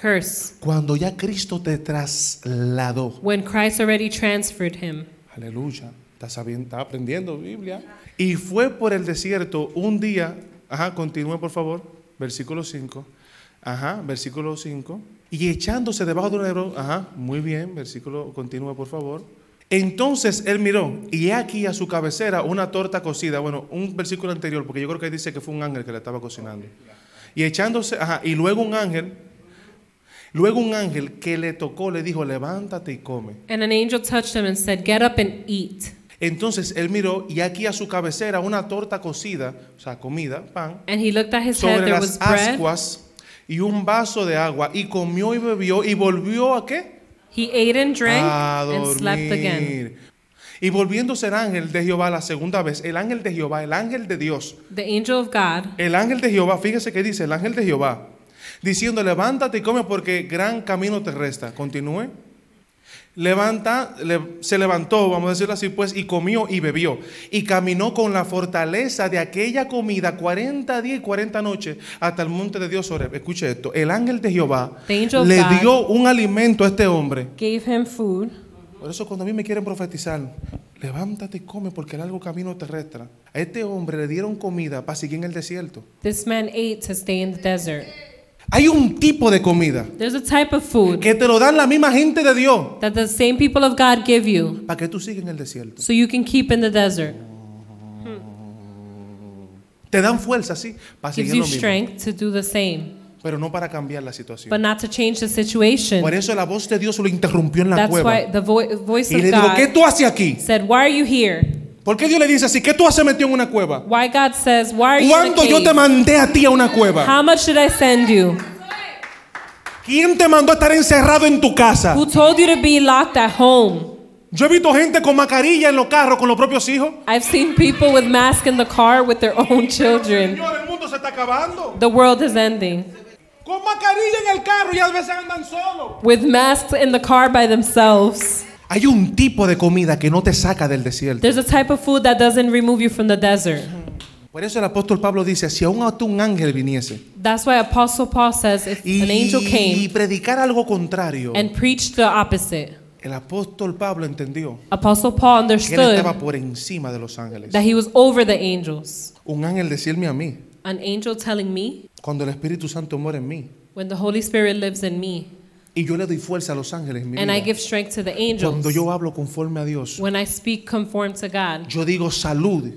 Speaker 4: curse
Speaker 2: Cuando ya Cristo te trasladó.
Speaker 4: when Christ already transferred him.
Speaker 2: Aleluya. Está, sabiendo, está aprendiendo Biblia. Y fue por el desierto un día. Ajá, continúe por favor. Versículo 5. Ajá, versículo 5. Y echándose debajo de un árbol. Ajá, muy bien. Versículo, continúe por favor. Entonces él miró y he aquí a su cabecera una torta cocida. Bueno, un versículo anterior, porque yo creo que dice que fue un ángel que la estaba cocinando. Y echándose, ajá, y luego un ángel, luego un ángel que le tocó, le dijo, levántate y come.
Speaker 4: And an angel touched him and said, Get up and eat.
Speaker 2: Entonces él miró y aquí a su cabecera una torta cocida, o sea, comida, pan,
Speaker 4: And he looked at his head,
Speaker 2: sobre
Speaker 4: there
Speaker 2: las
Speaker 4: was bread.
Speaker 2: ascuas y un vaso de agua y comió y bebió y volvió a qué?
Speaker 4: He ate and drank
Speaker 2: a
Speaker 4: and slept again.
Speaker 2: dormir. Y volviéndose el ángel de Jehová la segunda vez, el ángel de Jehová, el ángel de Dios,
Speaker 4: The angel of God
Speaker 2: el ángel de Jehová, fíjese que dice el ángel de Jehová, diciendo, levántate y come porque gran camino te resta. Continúe. Levanta, le- se levantó, vamos a decirlo así, pues, y comió y bebió. Y caminó con la fortaleza de aquella comida 40 días y 40 noches hasta el monte de Dios Horeb. Escuche esto, el ángel de Jehová
Speaker 4: The angel of
Speaker 2: le
Speaker 4: God.
Speaker 2: dio un alimento a este hombre.
Speaker 4: gave him food.
Speaker 2: Por eso cuando a mí me quieren profetizar, levántate y come porque el largo camino te resta. A este hombre le dieron comida para seguir en el desierto.
Speaker 4: This man ate to stay in the desert.
Speaker 2: Hay un tipo de comida
Speaker 4: There's a type of food
Speaker 2: que te lo dan la misma gente de Dios
Speaker 4: that the same people of God give you
Speaker 2: para que tú sigas en el desierto.
Speaker 4: so you can keep in the desert.
Speaker 2: Te dan fuerza, sí, para seguir
Speaker 4: Gives
Speaker 2: lo
Speaker 4: you
Speaker 2: mismo,
Speaker 4: strength to do the same,
Speaker 2: pero no para cambiar la
Speaker 4: but
Speaker 2: situación.
Speaker 4: not to change the
Speaker 2: Por
Speaker 4: situation.
Speaker 2: eso la voz de Dios lo interrumpió en la
Speaker 4: That's
Speaker 2: cueva
Speaker 4: why the vo- voice
Speaker 2: y
Speaker 4: of
Speaker 2: le dijo, ¿qué
Speaker 4: God
Speaker 2: tú haces aquí?
Speaker 4: said, Why are you here?
Speaker 2: ¿Por qué Dios le dice así? ¿Qué tú haces metido en una cueva?
Speaker 4: Why God says, Why are you in
Speaker 2: ¿Cuándo
Speaker 4: the
Speaker 2: yo te
Speaker 4: cave?
Speaker 2: mandé a ti a una cueva?
Speaker 4: How much did I send you?
Speaker 2: ¿Quién te mandó a estar encerrado en tu casa?
Speaker 4: Who told you to be locked at home?
Speaker 2: Yo he visto gente con mascarilla en los carros con los propios hijos.
Speaker 4: I've seen people with masks in the car with their own children.
Speaker 2: Señor, el mundo se está acabando.
Speaker 4: The world is ending.
Speaker 2: Con mascarilla en el carro y a veces andan solos.
Speaker 4: With masks in the car by themselves.
Speaker 2: Hay un tipo de comida que no te saca del desierto.
Speaker 4: There's a type of food that doesn't remove you from the desert.
Speaker 2: Por eso el apóstol Pablo dice, si aún hasta un ángel viniese
Speaker 4: That's why Apostle Paul says if
Speaker 2: y,
Speaker 4: an angel
Speaker 2: y
Speaker 4: came
Speaker 2: predicar algo contrario,
Speaker 4: and preached the opposite.
Speaker 2: el apóstol Pablo entendió
Speaker 4: Apostle Paul
Speaker 2: que él
Speaker 4: understood
Speaker 2: estaba por encima de los ángeles.
Speaker 4: that he was over the angels.
Speaker 2: Un ángel decirme a mí,
Speaker 4: An angel telling me
Speaker 2: cuando el Espíritu Santo muere en mí,
Speaker 4: when the Holy Spirit lives in me
Speaker 2: y yo le doy fuerza a los ángeles, en mi
Speaker 4: and I
Speaker 2: vida,
Speaker 4: give strength to the
Speaker 2: cuando
Speaker 4: angels.
Speaker 2: yo hablo conforme a Dios,
Speaker 4: When I speak conform to God,
Speaker 2: yo digo salud,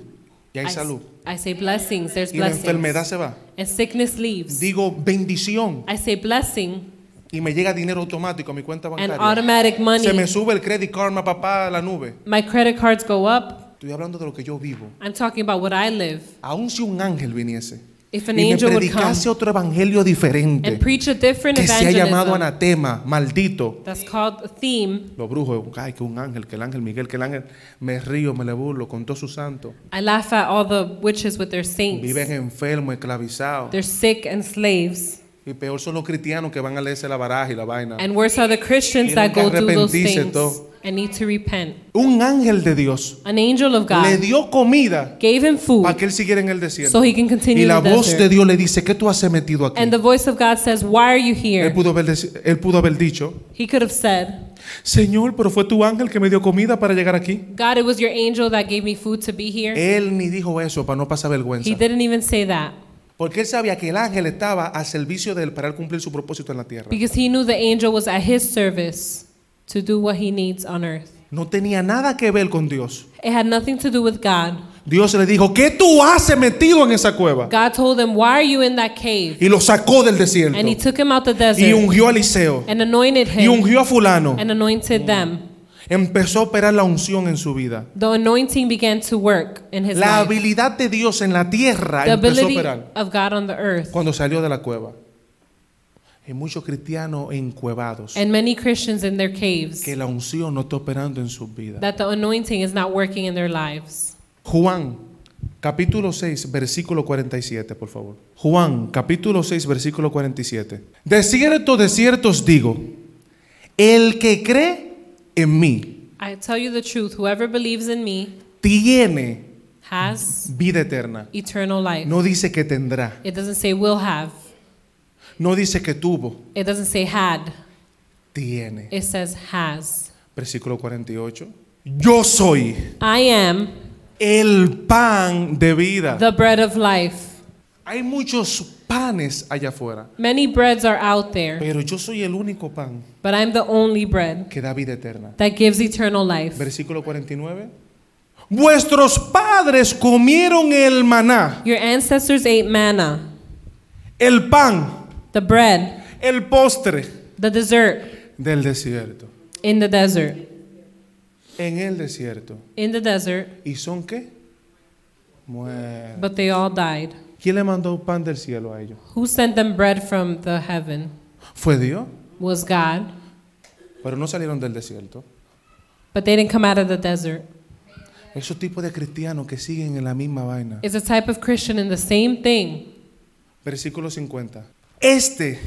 Speaker 2: y hay
Speaker 4: I, s-
Speaker 2: salud,
Speaker 4: I say blessings, there's
Speaker 2: y la enfermedad
Speaker 4: blessings.
Speaker 2: se va.
Speaker 4: And sickness leaves.
Speaker 2: digo bendición
Speaker 4: I say blessing
Speaker 2: y me llega dinero automático a mi cuenta
Speaker 4: and
Speaker 2: bancaria.
Speaker 4: automatic
Speaker 2: Se me
Speaker 4: money.
Speaker 2: sube el credit card, ma papá, a la nube.
Speaker 4: My credit cards go up.
Speaker 2: Estoy hablando de lo que yo vivo.
Speaker 4: I'm talking about what I live.
Speaker 2: Aun si un ángel viniese
Speaker 4: If
Speaker 2: y
Speaker 4: an
Speaker 2: me
Speaker 4: angel would come
Speaker 2: predicase otro evangelio diferente
Speaker 4: and preach a different
Speaker 2: que se ha llamado
Speaker 4: evangelism
Speaker 2: anatema, maldito.
Speaker 4: that's called a theme,
Speaker 2: Los brujos, ay, que un ángel, que el ángel Miguel, que el ángel, me río, me le burlo, con todos sus santos.
Speaker 4: I laugh at all the witches with their
Speaker 2: Viven
Speaker 4: saints.
Speaker 2: enfermos, esclavizados.
Speaker 4: They're sick and slaves.
Speaker 2: Y peor son los cristianos que van a leerse la baraja y la vaina.
Speaker 4: And worse are the Christians that
Speaker 2: Tienen
Speaker 4: go
Speaker 2: que
Speaker 4: do those
Speaker 2: arrepentirse
Speaker 4: things
Speaker 2: todo.
Speaker 4: and need to repent.
Speaker 2: Un ángel de Dios
Speaker 4: An angel of
Speaker 2: le
Speaker 4: God
Speaker 2: dio comida
Speaker 4: gave him
Speaker 2: para que
Speaker 4: food
Speaker 2: él siguiera en el desierto.
Speaker 4: so he can continue
Speaker 2: Y la
Speaker 4: the
Speaker 2: voz de
Speaker 4: desert.
Speaker 2: Dios le dice, ¿qué tú has metido aquí?
Speaker 4: And the voice of God says, Why are you
Speaker 2: Él
Speaker 4: here?
Speaker 2: pudo, haber, deci- él pudo haber dicho,
Speaker 4: He could have said,
Speaker 2: Señor, pero fue tu ángel que me dio comida para llegar aquí.
Speaker 4: God, it was your angel that gave me food to be here.
Speaker 2: Él ni dijo eso para no pasar vergüenza.
Speaker 4: He didn't even say that
Speaker 2: Porque él sabía que el ángel estaba a servicio de él para él cumplir su propósito en la tierra.
Speaker 4: because he knew the angel was at his service to do what he needs on earth.
Speaker 2: No tenía nada que ver con Dios.
Speaker 4: It had nothing to do with God.
Speaker 2: Dios le dijo, ¿qué tú haces metido en esa cueva?
Speaker 4: God told him, Why are you in that cave?
Speaker 2: Y lo sacó del desierto.
Speaker 4: And he took him out the
Speaker 2: Y
Speaker 4: desert
Speaker 2: ungió a Eliseo.
Speaker 4: and anointed
Speaker 2: Y
Speaker 4: him
Speaker 2: ungió a fulano.
Speaker 4: and anointed them.
Speaker 2: Empezó a operar la unción en su vida.
Speaker 4: The anointing began to work in his
Speaker 2: La
Speaker 4: life.
Speaker 2: habilidad de Dios en la tierra
Speaker 4: The
Speaker 2: empezó a
Speaker 4: ability
Speaker 2: operar.
Speaker 4: of God on the earth.
Speaker 2: cuando salió de la cueva. Hay muchos cristianos encuevados
Speaker 4: And many Christians in their caves,
Speaker 2: que la unción no está operando en sus vidas.
Speaker 4: that the anointing is not working in their lives.
Speaker 2: Juan, capítulo 6, versículo 47, por favor. Juan, capítulo 6, versículo 47. De cierto, de cierto os digo, el que cree en mí
Speaker 4: I tell you the truth, whoever believes in me
Speaker 2: tiene
Speaker 4: has
Speaker 2: vida eterna.
Speaker 4: eternal life.
Speaker 2: No dice que tendrá,
Speaker 4: It doesn't say will have,
Speaker 2: no dice que tuvo,
Speaker 4: it doesn't say had,
Speaker 2: tiene.
Speaker 4: it says has.
Speaker 2: Versículo 48. Yo soy
Speaker 4: I am
Speaker 2: el pan de vida.
Speaker 4: the bread of life.
Speaker 2: Hay muchos panes allá afuera,
Speaker 4: Many breads are out there,
Speaker 2: pero yo soy el único pan
Speaker 4: but I'm the only bread
Speaker 2: que da vida eterna.
Speaker 4: that gives eternal life.
Speaker 2: Versículo 49. Vuestros padres comieron el maná,
Speaker 4: Your ancestors ate manna,
Speaker 2: el pan,
Speaker 4: the bread,
Speaker 2: el postre
Speaker 4: the dessert
Speaker 2: del desierto.
Speaker 4: in the desert.
Speaker 2: En el desierto.
Speaker 4: In the desert,
Speaker 2: ¿Y son qué? Muertos.
Speaker 4: but they all died.
Speaker 2: ¿Quién le mandó pan del cielo a ellos?
Speaker 4: Who sent them bread from the heaven?
Speaker 2: Fue Dios,
Speaker 4: Was God,
Speaker 2: pero no salieron del desierto.
Speaker 4: but they didn't come out of the desert.
Speaker 2: Esos tipos de cristianos que siguen en la misma vaina.
Speaker 4: It's a type of Christian in the same thing.
Speaker 2: Versículo 50. Este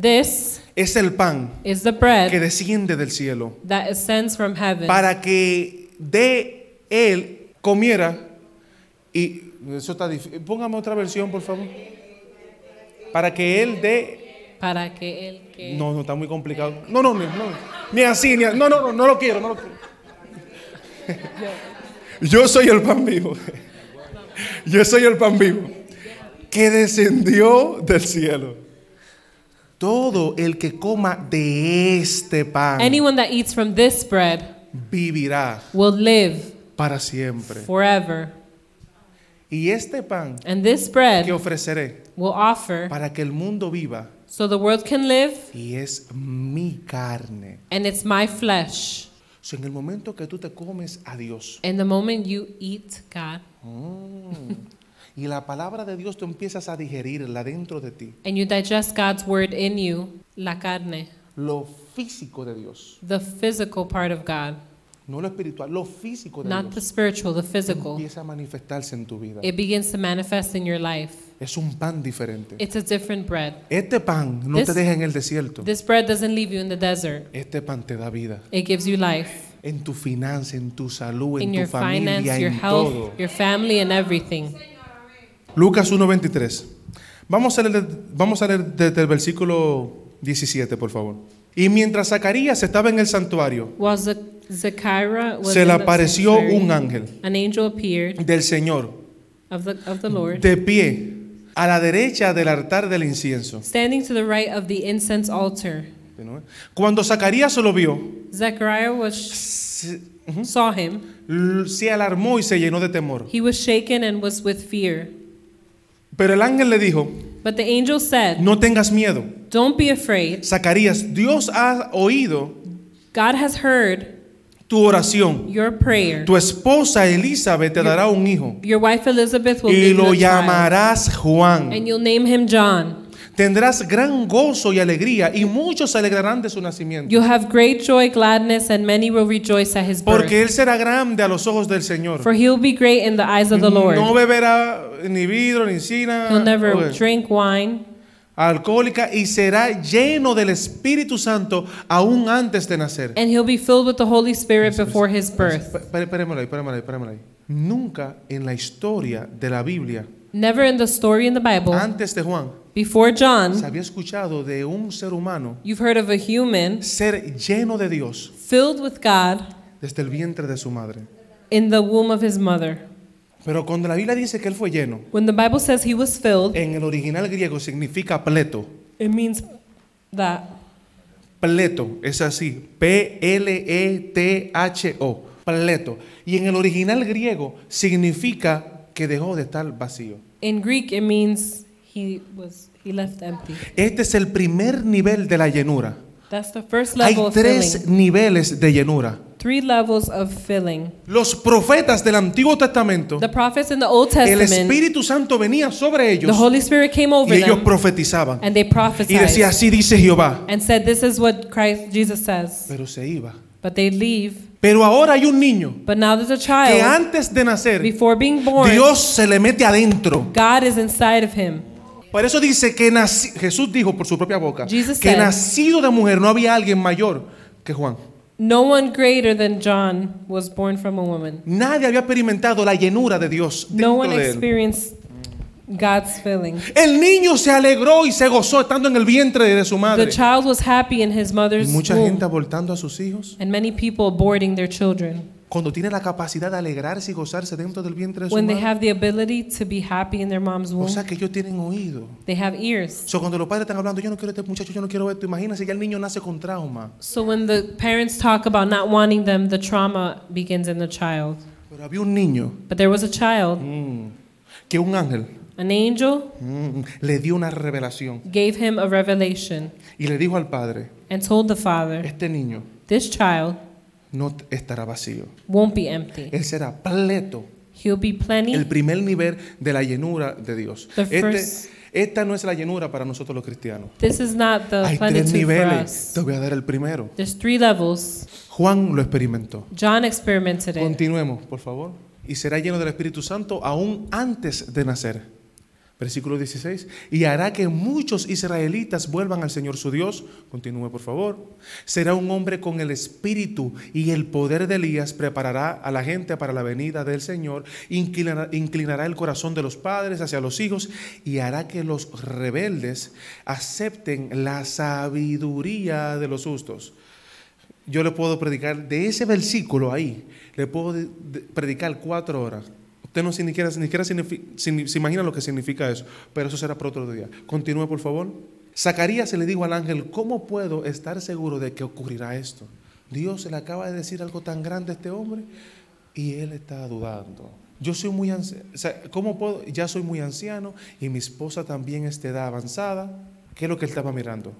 Speaker 4: This
Speaker 2: es el pan
Speaker 4: is the
Speaker 2: que
Speaker 4: bread
Speaker 2: desciende del cielo
Speaker 4: that ascends from heaven,
Speaker 2: para que de él comiera y eso está difícil. Póngame otra versión, por favor. Para que él de
Speaker 4: para que el que
Speaker 2: No, no está muy complicado. No, no, no, no. Ni así, ni a- no, no, no, no lo quiero, no lo quiero. Yo soy el pan vivo. Yo soy el pan vivo que descendió del cielo. Todo el que coma de este pan
Speaker 4: anyone that eats from this bread
Speaker 2: vivirá
Speaker 4: will live
Speaker 2: para siempre.
Speaker 4: forever.
Speaker 2: Y este pan
Speaker 4: And this
Speaker 2: que
Speaker 4: bread
Speaker 2: ofreceré
Speaker 4: will offer
Speaker 2: para que el mundo viva
Speaker 4: so the world can live,
Speaker 2: y es mi carne.
Speaker 4: and it's my flesh.
Speaker 2: O sea, en el momento que tú te comes a Dios,
Speaker 4: And the moment you eat God
Speaker 2: Y la palabra de Dios tú empiezas a digerirla dentro de ti.
Speaker 4: and you digest God's word in you, la carne,
Speaker 2: Lo físico de Dios,
Speaker 4: the physical part of God,
Speaker 2: no lo espiritual, lo físico de
Speaker 4: not the
Speaker 2: Dios
Speaker 4: spiritual, the physical,
Speaker 2: empieza a manifestarse en tu vida.
Speaker 4: it begins to manifest in your life.
Speaker 2: Es un pan diferente.
Speaker 4: It's a different bread.
Speaker 2: Este pan no te
Speaker 4: This-
Speaker 2: deja en el desierto.
Speaker 4: This bread doesn't leave you in the desert,
Speaker 2: Este pan te da vida
Speaker 4: it gives you life
Speaker 2: en tu finanza, en tu salud, en
Speaker 4: in
Speaker 2: tu
Speaker 4: your
Speaker 2: familia,
Speaker 4: finance,
Speaker 2: en
Speaker 4: your health,
Speaker 2: todo.
Speaker 4: your family, and everything.
Speaker 2: Lucas 1.23. Vamos a leer, vamos a leer desde el versículo 17, por favor. Y mientras Zacarías estaba en el santuario,
Speaker 4: While Ze- Zechariah was
Speaker 2: se
Speaker 4: in
Speaker 2: le
Speaker 4: the
Speaker 2: apareció
Speaker 4: sanctuary,
Speaker 2: un ángel
Speaker 4: An angel appeared
Speaker 2: del Señor
Speaker 4: of the, of the Lord,
Speaker 2: de pie a la derecha del altar del incienso.
Speaker 4: standing to the right of the incense altar.
Speaker 2: Cuando Zacarías lo vio,
Speaker 4: Zechariah was
Speaker 2: se,
Speaker 4: saw him.
Speaker 2: l- se alarmó y se llenó de temor.
Speaker 4: He was shaken and was with fear.
Speaker 2: Pero el ángel le dijo,
Speaker 4: But the angel said,
Speaker 2: no tengas miedo.
Speaker 4: "Don't be afraid.
Speaker 2: Zacarías, Dios ha oído
Speaker 4: God has heard
Speaker 2: tu oración.
Speaker 4: your prayer.
Speaker 2: Tu esposa Elizabeth te dará un hijo
Speaker 4: Your wife Elizabeth will
Speaker 2: y
Speaker 4: give
Speaker 2: lo
Speaker 4: you a child,
Speaker 2: llamarás Juan.
Speaker 4: and you'll name him John.
Speaker 2: Tendrás gran gozo y alegría y muchos se alegrarán de su nacimiento.
Speaker 4: You'll have great joy, gladness, and many will rejoice at his birth.
Speaker 2: Porque él será grande a los ojos del Señor.
Speaker 4: For he'll be great in the eyes of the Lord.
Speaker 2: No beberá ni vidro ni sina
Speaker 4: He'll never
Speaker 2: ok,
Speaker 4: drink wine."
Speaker 2: alcohólica y será lleno del Espíritu Santo aún antes de nacer.
Speaker 4: And he'll be filled with the Holy Spirit before his birth.
Speaker 2: Espé- espé- Espérenmelo ahí, espérenmelo ahí, espérenmelo ahí. Nunca en la historia de la Biblia,
Speaker 4: Never in the story in the Bible,
Speaker 2: antes de Juan,
Speaker 4: before
Speaker 2: se
Speaker 4: John,
Speaker 2: había escuchado de un ser humano
Speaker 4: you've heard of a human
Speaker 2: ser lleno de Dios
Speaker 4: filled with God
Speaker 2: desde el vientre de su madre.
Speaker 4: in the womb of his mother.
Speaker 2: Pero cuando la Biblia dice que él fue lleno,
Speaker 4: When the Bible says he was filled,
Speaker 2: en el original griego significa pleto.
Speaker 4: it means that.
Speaker 2: Pleto, es así. E P-L-E-T-H-O. Pleto. Y en el original griego significa que dejó de estar vacío.
Speaker 4: In Greek, it means he was he left empty.
Speaker 2: Este es el primer nivel de la llenura.
Speaker 4: That's the first
Speaker 2: Hay
Speaker 4: level of
Speaker 2: tres
Speaker 4: filling.
Speaker 2: niveles de llenura.
Speaker 4: Three levels of filling.
Speaker 2: Los profetas del Antiguo Testamento,
Speaker 4: The prophets in the Old
Speaker 2: el
Speaker 4: Testament,
Speaker 2: Espíritu Santo venía sobre
Speaker 4: the
Speaker 2: ellos
Speaker 4: Holy Spirit came
Speaker 2: y
Speaker 4: over
Speaker 2: ellos
Speaker 4: them,
Speaker 2: profetizaban.
Speaker 4: and they
Speaker 2: Y decía,
Speaker 4: prophesied
Speaker 2: así dice Jehová.
Speaker 4: and said, "This is what Christ Jesus says."
Speaker 2: Pero se iba.
Speaker 4: But they leave
Speaker 2: Pero ahora hay un niño
Speaker 4: But now there's a
Speaker 2: que
Speaker 4: child.
Speaker 2: antes de nacer,
Speaker 4: Before being born,
Speaker 2: Dios se le mete adentro.
Speaker 4: God is inside of him.
Speaker 2: Por eso dice que naci- Jesús dijo por su propia boca
Speaker 4: Jesus
Speaker 2: que
Speaker 4: said-
Speaker 2: nacido de mujer no había alguien mayor que Juan.
Speaker 4: No one greater than John was born from a woman.
Speaker 2: Nadie había experimentado la llenura de Dios
Speaker 4: No one
Speaker 2: dentro de él.
Speaker 4: experienced God's filling.
Speaker 2: El niño se alegró y se gozó estando en el vientre de su
Speaker 4: The
Speaker 2: madre.
Speaker 4: child was happy in his
Speaker 2: Y
Speaker 4: mother's
Speaker 2: mucha gente
Speaker 4: womb,
Speaker 2: abortando a sus hijos
Speaker 4: and many people aborting their children
Speaker 2: cuando tiene la capacidad de alegrarse y gozarse dentro del vientre de su
Speaker 4: when they
Speaker 2: madre.
Speaker 4: have the ability to be happy in their mom's
Speaker 2: O
Speaker 4: womb,
Speaker 2: sea que ellos tienen oído.
Speaker 4: they have ears.
Speaker 2: O sea, cuando los padres están hablando, yo no quiero este muchacho, yo no quiero esto. Imagínense, ya el niño nace con trauma.
Speaker 4: So when the parents talk about not wanting them, the trauma begins in the child.
Speaker 2: Pero había un niño
Speaker 4: But there was a child,
Speaker 2: mm, que un ángel
Speaker 4: an angel
Speaker 2: mm, le dio una revelación
Speaker 4: gave him a revelation
Speaker 2: y le dijo al padre,
Speaker 4: and told the father,
Speaker 2: este niño
Speaker 4: This child
Speaker 2: no t- estará vacío.
Speaker 4: won't be empty.
Speaker 2: Él será pleto.
Speaker 4: He'll be
Speaker 2: El
Speaker 4: plenty.
Speaker 2: primer nivel de la llenura de Dios.
Speaker 4: The
Speaker 2: Este-
Speaker 4: first-
Speaker 2: esta no es la llenura para nosotros los cristianos.
Speaker 4: This is not the
Speaker 2: Hay tres
Speaker 4: plenitude for
Speaker 2: niveles.
Speaker 4: us.
Speaker 2: Te voy a dar el primero.
Speaker 4: There's three levels.
Speaker 2: Juan lo experimentó.
Speaker 4: John experimented it.
Speaker 2: Continuemos, por favor. Y será lleno del Espíritu Santo aún antes de nacer. Versículo 16. Y hará que muchos israelitas vuelvan al Señor su Dios. Continúe, por favor. Será un hombre con el espíritu y el poder de Elías. Preparará a la gente para la venida del Señor. Inclinará, inclinará el corazón de los padres hacia los hijos y hará que los rebeldes acepten la sabiduría de los justos yo le puedo predicar de ese versículo ahí, le puedo de- de- predicar cuatro horas. Usted no ni siquiera, ni siquiera signifi- sin- se imagina lo que significa eso, pero eso será para otro día. Continúe, por favor. Zacarías se le dijo al ángel, ¿cómo puedo estar seguro de que ocurrirá esto? Dios se le acaba de decir algo tan grande a este hombre y él está dudando. Yo soy muy anciano, ¿cómo puedo? Ya soy muy anciano y mi esposa también es de edad avanzada. ¿Qué es lo que él estaba mirando?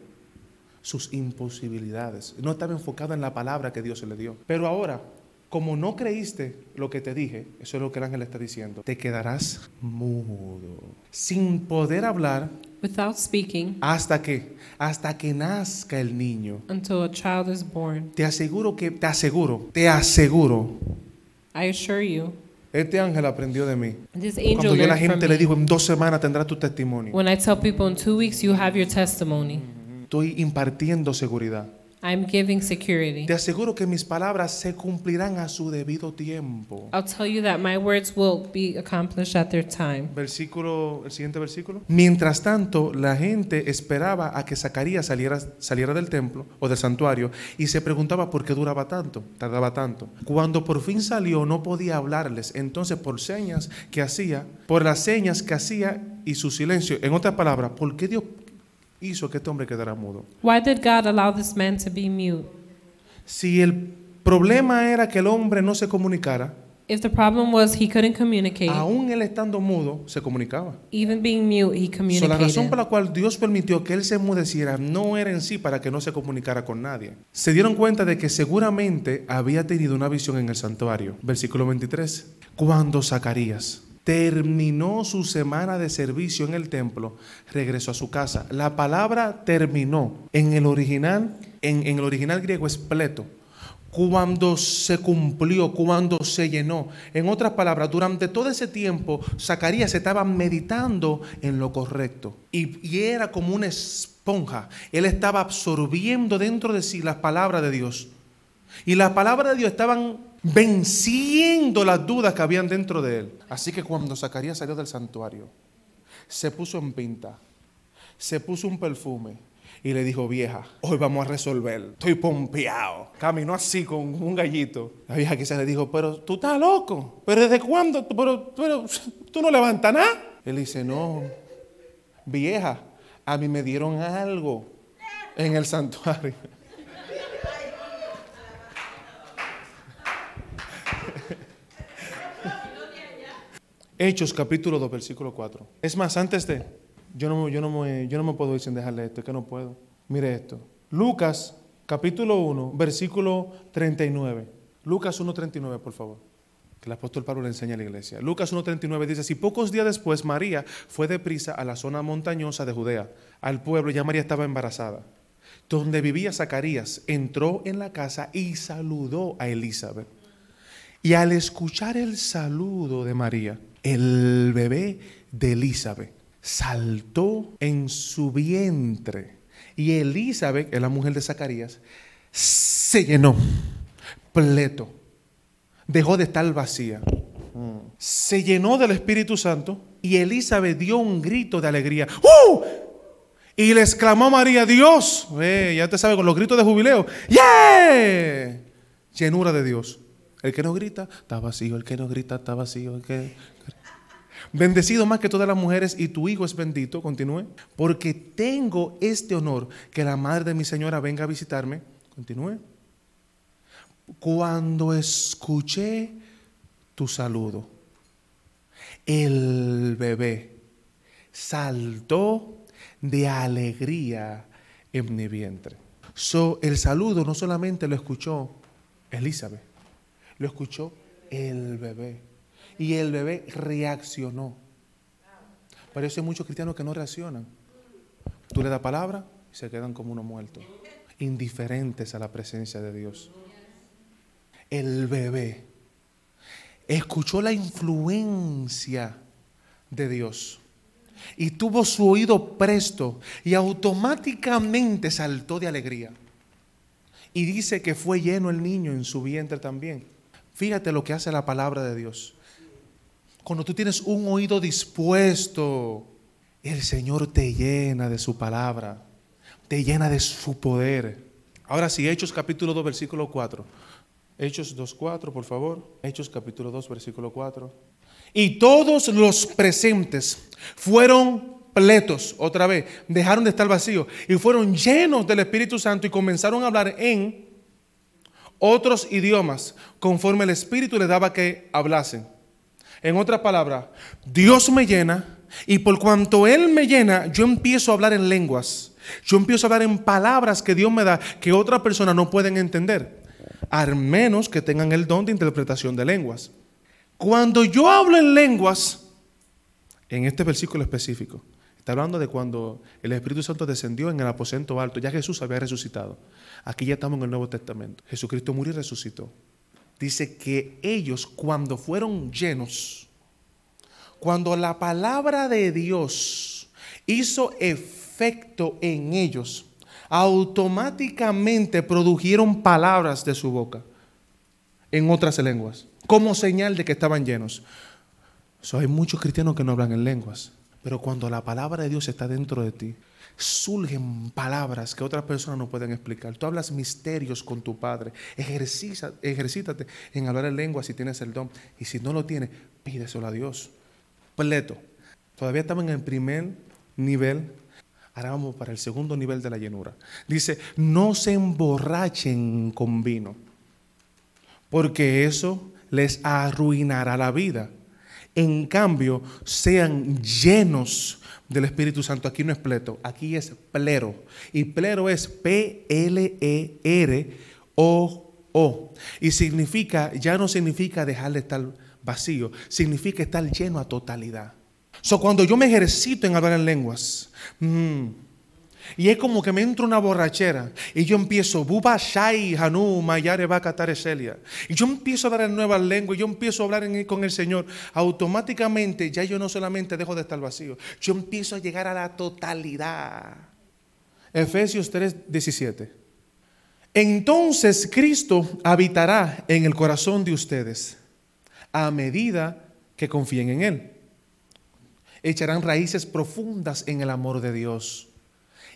Speaker 2: sus imposibilidades. No estaba enfocada en la palabra que Dios se le dio. Pero ahora, como no creíste lo que te dije, eso es lo que el ángel está diciendo, te quedarás mudo, sin poder hablar
Speaker 4: Without speaking
Speaker 2: hasta que, hasta que nazca el niño.
Speaker 4: until a child is born,
Speaker 2: Te aseguro que, te aseguro, te aseguro.
Speaker 4: I assure you,
Speaker 2: Este ángel aprendió de mí.
Speaker 4: this angel
Speaker 2: Cuando yo a la
Speaker 4: learned
Speaker 2: gente
Speaker 4: from
Speaker 2: le
Speaker 4: me.
Speaker 2: dijo, en dos semanas tendrás tu testimonio.
Speaker 4: When I tell people in two weeks, you have your testimony.
Speaker 2: Estoy impartiendo seguridad.
Speaker 4: I'm giving security.
Speaker 2: Te aseguro que mis palabras se cumplirán a su debido tiempo.
Speaker 4: I'll tell you that my words will be accomplished at their time.
Speaker 2: Versículo, el siguiente versículo. Mientras tanto, la gente esperaba a que Zacarías saliera, saliera del templo o del santuario y se preguntaba por qué duraba tanto, tardaba tanto. Cuando por fin salió, no podía hablarles. Entonces, por señas que hacía, por las señas que hacía y su silencio. En otras palabras, ¿por qué Dios hizo que este hombre quedara mudo?
Speaker 4: Why did God allow this man to be mute?
Speaker 2: Si el problema era que el hombre no se comunicara,
Speaker 4: If the problem was he couldn't communicate,
Speaker 2: aún él estando mudo, se comunicaba.
Speaker 4: even being mute, he
Speaker 2: So, la razón por
Speaker 4: communicated.
Speaker 2: la cual Dios permitió que él se enmudeciera no era en sí para que no se comunicara con nadie. Se dieron cuenta de que seguramente había tenido una visión en el santuario. Versículo 23. Cuando Zacarías terminó su semana de servicio en el templo, regresó a su casa. La palabra terminó en el original, en, en el original griego es pleto. Cuando se cumplió, cuando se llenó. En otras palabras, durante todo ese tiempo, Zacarías estaba meditando en lo correcto. Y, y era como una esponja. Él estaba absorbiendo dentro de sí las palabras de Dios. Y las palabras de Dios estaban venciendo las dudas que habían dentro de él. Así que cuando Zacarías salió del santuario, se puso en pinta, se puso un perfume y le dijo, vieja, hoy vamos a resolver. Estoy pompeado. Caminó así con un gallito. La vieja quizás le dijo, pero tú estás loco. ¿Pero desde cuándo? tú- Pero, pero tú no levantas nada. Él dice, no, vieja, a mí me dieron algo en el santuario. Hechos capítulo 2, versículo 4. Es más, antes de... Yo no, me- yo, no me, yo no me puedo ir sin dejarle esto, es que no puedo. Mire esto. Lucas capítulo 1, versículo 39. Lucas 1, 39, por favor. Que el apóstol Pablo le enseña a la iglesia. Lucas 1.39 dice, si pocos días después María fue deprisa a la zona montañosa de Judea, al pueblo, ya María estaba embarazada. Donde vivía Zacarías, entró en la casa y saludó a Elizabeth. Y al escuchar el saludo de María, el bebé de Elizabeth saltó en su vientre. Y Elizabeth, que es la mujer de Zacarías, se llenó, pleto, dejó de estar vacía. Se llenó del Espíritu Santo y Elizabeth dio un grito de alegría. ¡Uh! Y le exclamó María, Dios, Eh, ya te sabe, con los gritos de jubileo, ¡Yeah! Llenura de Dios. El que no grita está vacío, el que no grita está vacío. El que... Bendecido más que todas las mujeres y tu hijo es bendito, continúe, porque tengo este honor que la madre de mi señora venga a visitarme, continúe. Cuando escuché tu saludo, el bebé saltó de alegría en mi vientre. So, el saludo no solamente lo escuchó Elizabeth, lo escuchó el bebé. Y el bebé reaccionó. Por eso hay muchos cristianos que no reaccionan. Tú le das palabra y se quedan como unos muertos, indiferentes a la presencia de Dios. El bebé escuchó la influencia de Dios y tuvo su oído presto y automáticamente saltó de alegría. Y dice que fue lleno el niño en su vientre también. Fíjate lo que hace la palabra de Dios. Cuando tú tienes un oído dispuesto, el Señor te llena de su palabra, te llena de su poder. Ahora sí, Hechos capítulo 2, versículo 4. Hechos 2, 4, por favor. Hechos capítulo 2, versículo 4. Y todos los presentes fueron pletos, otra vez, dejaron de estar vacíos y fueron llenos del Espíritu Santo y comenzaron a hablar en otros idiomas conforme el Espíritu les daba que hablasen. En otras palabras, Dios me llena y por cuanto Él me llena, yo empiezo a hablar en lenguas. Yo empiezo a hablar en palabras que Dios me da que otras personas no pueden entender, al menos que tengan el don de interpretación de lenguas. Cuando yo hablo en lenguas, en este versículo específico, está hablando de cuando el Espíritu Santo descendió en el aposento alto, ya Jesús había resucitado. Aquí ya estamos en el Nuevo Testamento. Jesucristo murió y resucitó. Dice que ellos cuando fueron llenos, cuando la palabra de Dios hizo efecto en ellos, automáticamente produjeron palabras de su boca en otras lenguas, como señal de que estaban llenos. So, hay muchos cristianos que no hablan en lenguas, pero cuando la palabra de Dios está dentro de ti, surgen palabras que otras personas no pueden explicar. Tú hablas misterios con tu Padre, Ejerciza- ejercítate en hablar en lenguas si tienes el don, y si no lo tienes, pídeselo a Dios. Pleto, todavía estamos en el primer nivel, ahora vamos para el segundo nivel de la llenura. Dice, no se emborrachen con vino porque eso les arruinará la vida. En cambio, sean llenos del Espíritu Santo. Aquí no es pleto, aquí es plero. Y plero es E P-L-E-R-O-O. Y significa, ya no significa dejar de estar vacío, significa estar lleno a totalidad. So, cuando yo me ejercito en hablar en lenguas, mm, y es como que me entra una borrachera y yo empiezo, Buba Shai, Hanu, Mayare, Bakatar, Eselia. Y yo empiezo a hablar en nuevas lenguas, yo empiezo a hablar en- con el Señor. Automáticamente ya yo no solamente dejo de estar vacío, yo empiezo a llegar a la totalidad. Efesios 3, 17. Entonces Cristo habitará en el corazón de ustedes a medida que confíen en Él. Echarán raíces profundas en el amor de Dios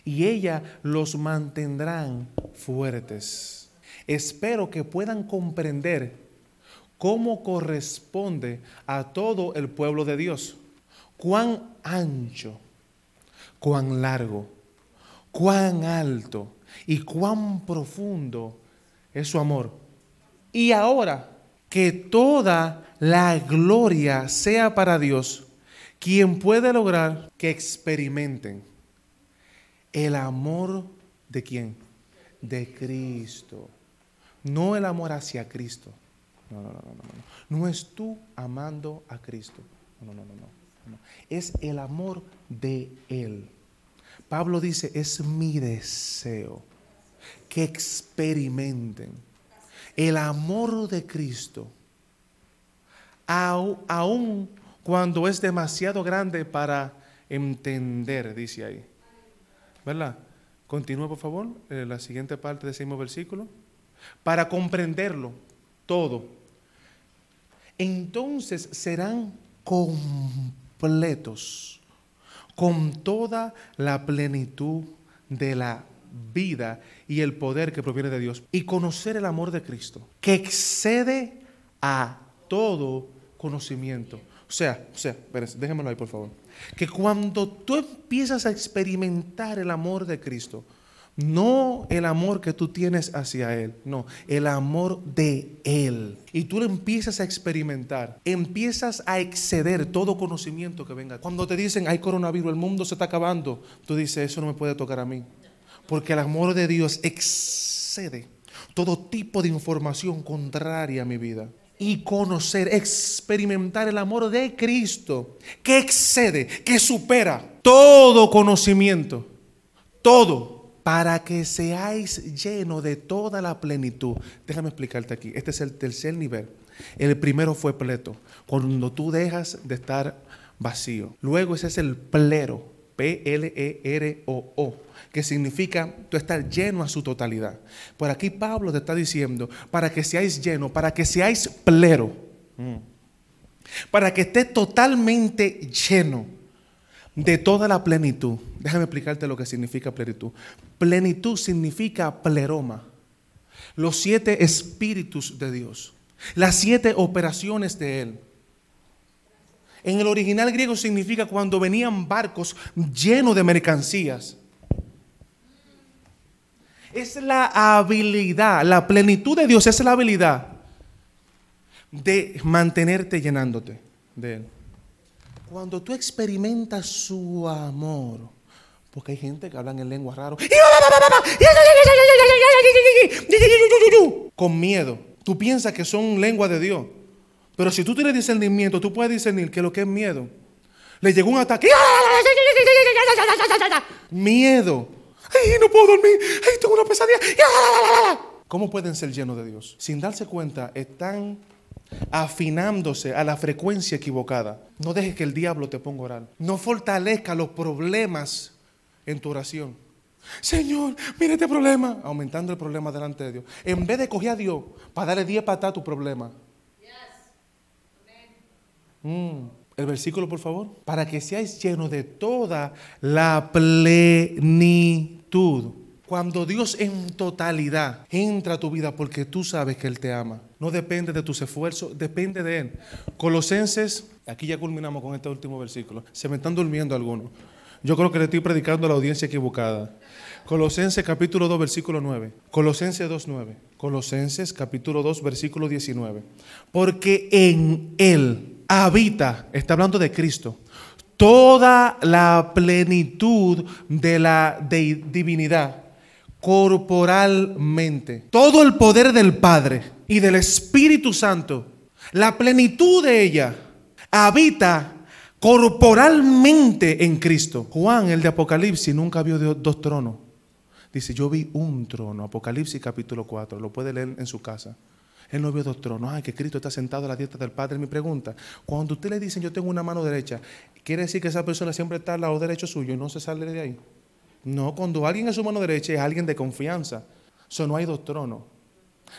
Speaker 2: y ella los mantendrán fuertes. Espero que puedan comprender cómo corresponde a todo el pueblo de Dios, cuán ancho, cuán largo, cuán alto y cuán profundo es su amor. Y ahora que toda la gloria sea para Dios, quien puede lograr que experimenten el amor de quién? De Cristo. No el amor hacia Cristo. No, no, no, no, no. No, no es tú amando a Cristo. No, no, no, no, no. no. Es el amor de Él. Pablo dice, es mi deseo que experimenten el amor de Cristo, au- aun cuando es demasiado grande para entender, dice ahí. ¿Verdad? Continúa, por favor, eh, la siguiente parte de ese mismo versículo. Para comprenderlo todo. Entonces serán completos con toda la plenitud de la vida y el poder que proviene de Dios. Y conocer el amor de Cristo, que excede a todo conocimiento. O sea, o sea, espérense, déjenmelo ahí, por favor. Que cuando tú empiezas a experimentar el amor de Cristo, no el amor que tú tienes hacia Él, no, el amor de Él. Y tú lo empiezas a experimentar, empiezas a exceder todo conocimiento que venga. Cuando te dicen, hay coronavirus, el mundo se está acabando, tú dices, eso no me puede tocar a mí. Porque el amor de Dios excede todo tipo de información contraria a mi vida. Y conocer, experimentar el amor de Cristo, que excede, que supera todo conocimiento, todo, para que seáis lleno de toda la plenitud. Déjame explicarte aquí, este es el tercer nivel. El primero fue pleto, cuando tú dejas de estar vacío. Luego ese es el plero, E P-L-E-R-O-O, que significa tú estar lleno a su totalidad. Por aquí Pablo te está diciendo, para que seáis lleno, para que seáis plero, Mm. para que esté totalmente lleno de toda la plenitud. Déjame explicarte lo que significa plenitud. Plenitud significa pleroma, los siete espíritus de Dios, las siete operaciones de Él. En el original griego significa cuando venían barcos llenos de mercancías. Es la habilidad, la plenitud de Dios es la habilidad de mantenerte llenándote de Él. Cuando tú experimentas su amor, porque hay gente que habla en lenguas raro, con miedo, tú piensas que son lenguas de Dios, pero si tú tienes discernimiento, tú puedes discernir que lo que es miedo, le llegó un ataque, miedo, ay, no puedo dormir, ay, tengo una pesadilla, ¿cómo pueden ser llenos de Dios? Sin darse cuenta, están afinándose a la frecuencia equivocada. No dejes que el diablo te ponga a orar. No fortalezca los problemas en tu oración. Señor, mira este problema. Aumentando el problema delante de Dios. En vez de coger a Dios para darle 10 patas a tu problema. Mm, El versículo, por favor. Para que seáis llenos de toda la plenitud. Cuando Dios en totalidad entra a tu vida porque tú sabes que Él te ama. No depende de tus esfuerzos, depende de Él. Colosenses, aquí ya culminamos con este último versículo. Se me están durmiendo algunos. Yo creo que le estoy predicando a la audiencia equivocada. Colosenses capítulo 2 versículo 9. Colosenses 2 9. Colosenses capítulo 2 versículo 19. Porque en él habita, está hablando de Cristo, toda la plenitud de la dei- divinidad corporalmente. Todo el poder del Padre y del Espíritu Santo, la plenitud de ella, habita corporalmente en Cristo. Juan, el de Apocalipsis, nunca vio de- dos tronos. Dice, yo vi un trono, Apocalipsis capítulo 4, lo puede leer en su casa. Él no vio dos tronos, ay, que Cristo está sentado a la diestra del Padre. Mi pregunta, cuando usted le dicen yo tengo una mano derecha, ¿quiere decir que esa persona siempre está al lado derecho suyo y no se sale de ahí? No, cuando alguien es su mano derecha es alguien de confianza. Eso no hay dos tronos.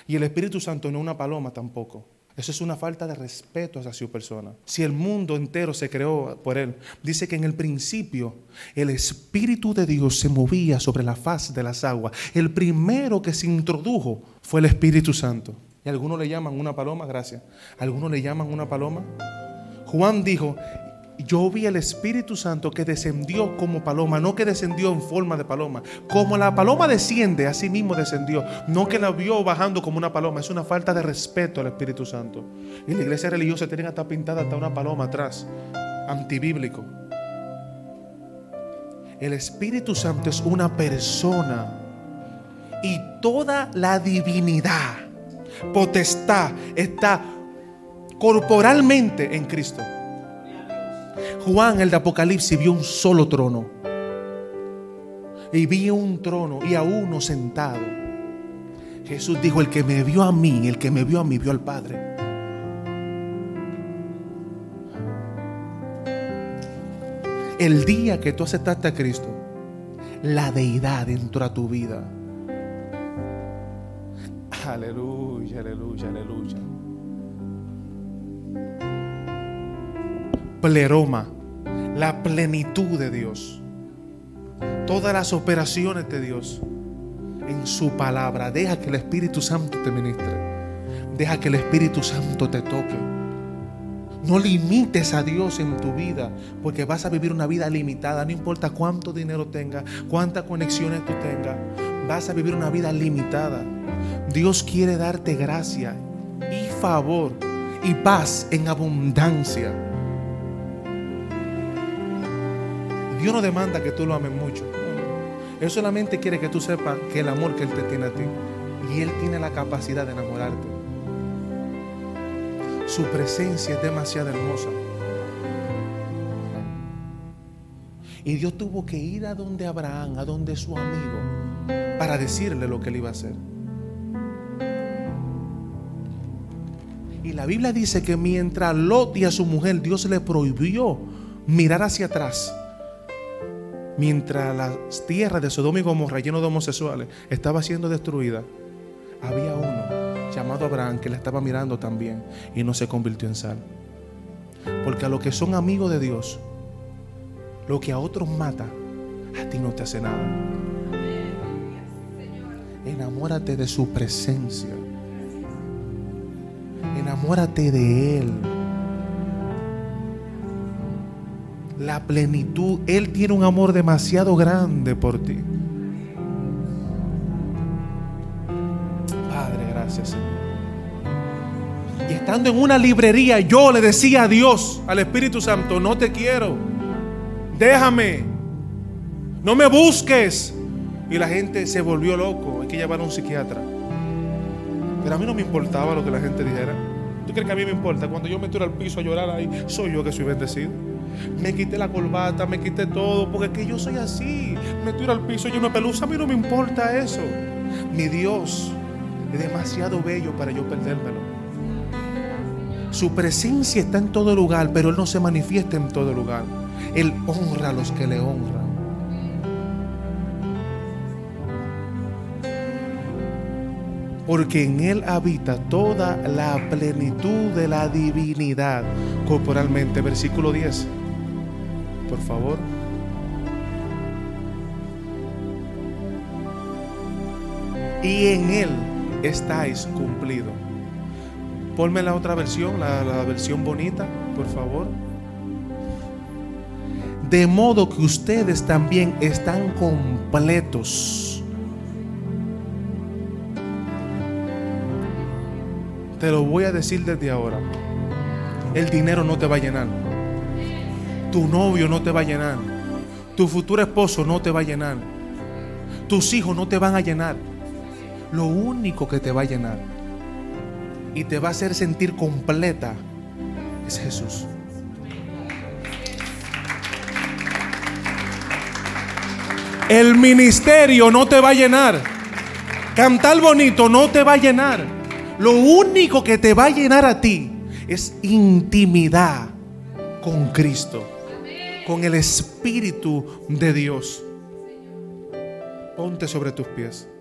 Speaker 2: Y el Espíritu Santo no es una paloma tampoco. Eso es una falta de respeto hacia su persona. Si el mundo entero se creó por él, dice que en el principio el Espíritu de Dios se movía sobre la faz de las aguas. El primero que se introdujo fue el Espíritu Santo. Y algunos le llaman una paloma, gracias. Algunos le llaman una paloma. Juan dijo, yo vi el Espíritu Santo que descendió como paloma, no que descendió en forma de paloma. Como la paloma desciende, así mismo descendió. No que la vio bajando como una paloma. Es una falta de respeto al Espíritu Santo. Y la iglesia religiosa tienen hasta pintada hasta una paloma atrás. Antibíblico. El Espíritu Santo es una persona y toda la divinidad, potestad, está corporalmente en Cristo. Juan, el de Apocalipsis, vio un solo trono. Y vi un trono y a uno sentado. Jesús dijo, el que me vio a mí, el que me vio a mí, vio al Padre. El día que tú aceptaste a Cristo, la deidad entró a tu vida. Aleluya, aleluya, aleluya. pleroma, la plenitud de Dios, todas las operaciones de Dios en su palabra. Deja que el Espíritu Santo te ministre. Deja que el Espíritu Santo te toque. No limites a Dios en tu vida, porque vas a vivir una vida limitada, no importa cuánto dinero tengas, cuántas conexiones tú tengas, vas a vivir una vida limitada. Dios quiere darte gracia y favor y paz en abundancia. Dios no demanda que tú lo ames mucho. no, no. Él solamente quiere que tú sepas que el amor que Él te tiene a ti y Él tiene la capacidad de enamorarte. Su presencia es demasiado hermosa. Y Dios tuvo que ir a donde Abraham, a donde su amigo, para decirle lo que él iba a hacer. Y la Biblia dice que mientras Lot y a su mujer Dios le prohibió mirar hacia atrás, mientras la tierra de Sodoma y Gomorra lleno de homosexuales estaba siendo destruida, había uno llamado Abraham que la estaba mirando también y no se convirtió en sal. Porque a los que son amigos de Dios, lo que a otros mata, a ti no te hace nada. Enamórate de su presencia. Enamórate de Él. La plenitud. Él tiene un amor demasiado grande por ti. Padre, gracias. Señor. Y estando en una librería, yo le decía a Dios, al Espíritu Santo, no te quiero. Déjame. No me busques. Y la gente se volvió loco. Hay que llevar a un psiquiatra. Pero a mí no me importaba lo que la gente dijera. ¿Tú crees que a mí me importa? Cuando yo me tiro al piso a llorar ahí, soy yo que soy bendecido. Me quité la corbata, me quité todo, porque es que yo soy así. Me tiro al piso, yo una pelusa, a mí no me importa eso. Mi Dios es demasiado bello para yo perdérmelo. Su presencia está en todo lugar, pero Él no se manifiesta en todo lugar. Él honra a los que le honran. porque en Él habita toda la plenitud de la divinidad corporalmente. Versículo 10. Por favor. Y en Él estáis cumplido. Ponme la otra versión, la, la versión bonita, por favor. De modo que ustedes también están completos. Te lo voy a decir desde ahora. El dinero no te va a llenar. Tu novio no te va a llenar. Tu futuro esposo no te va a llenar. Tus hijos no te van a llenar. Lo único que te va a llenar y te va a hacer sentir completa es Jesús. El ministerio no te va a llenar. Cantar bonito no te va a llenar. Lo único que te va a llenar a ti es intimidad con Cristo, con el Espíritu de Dios. Ponte sobre tus pies.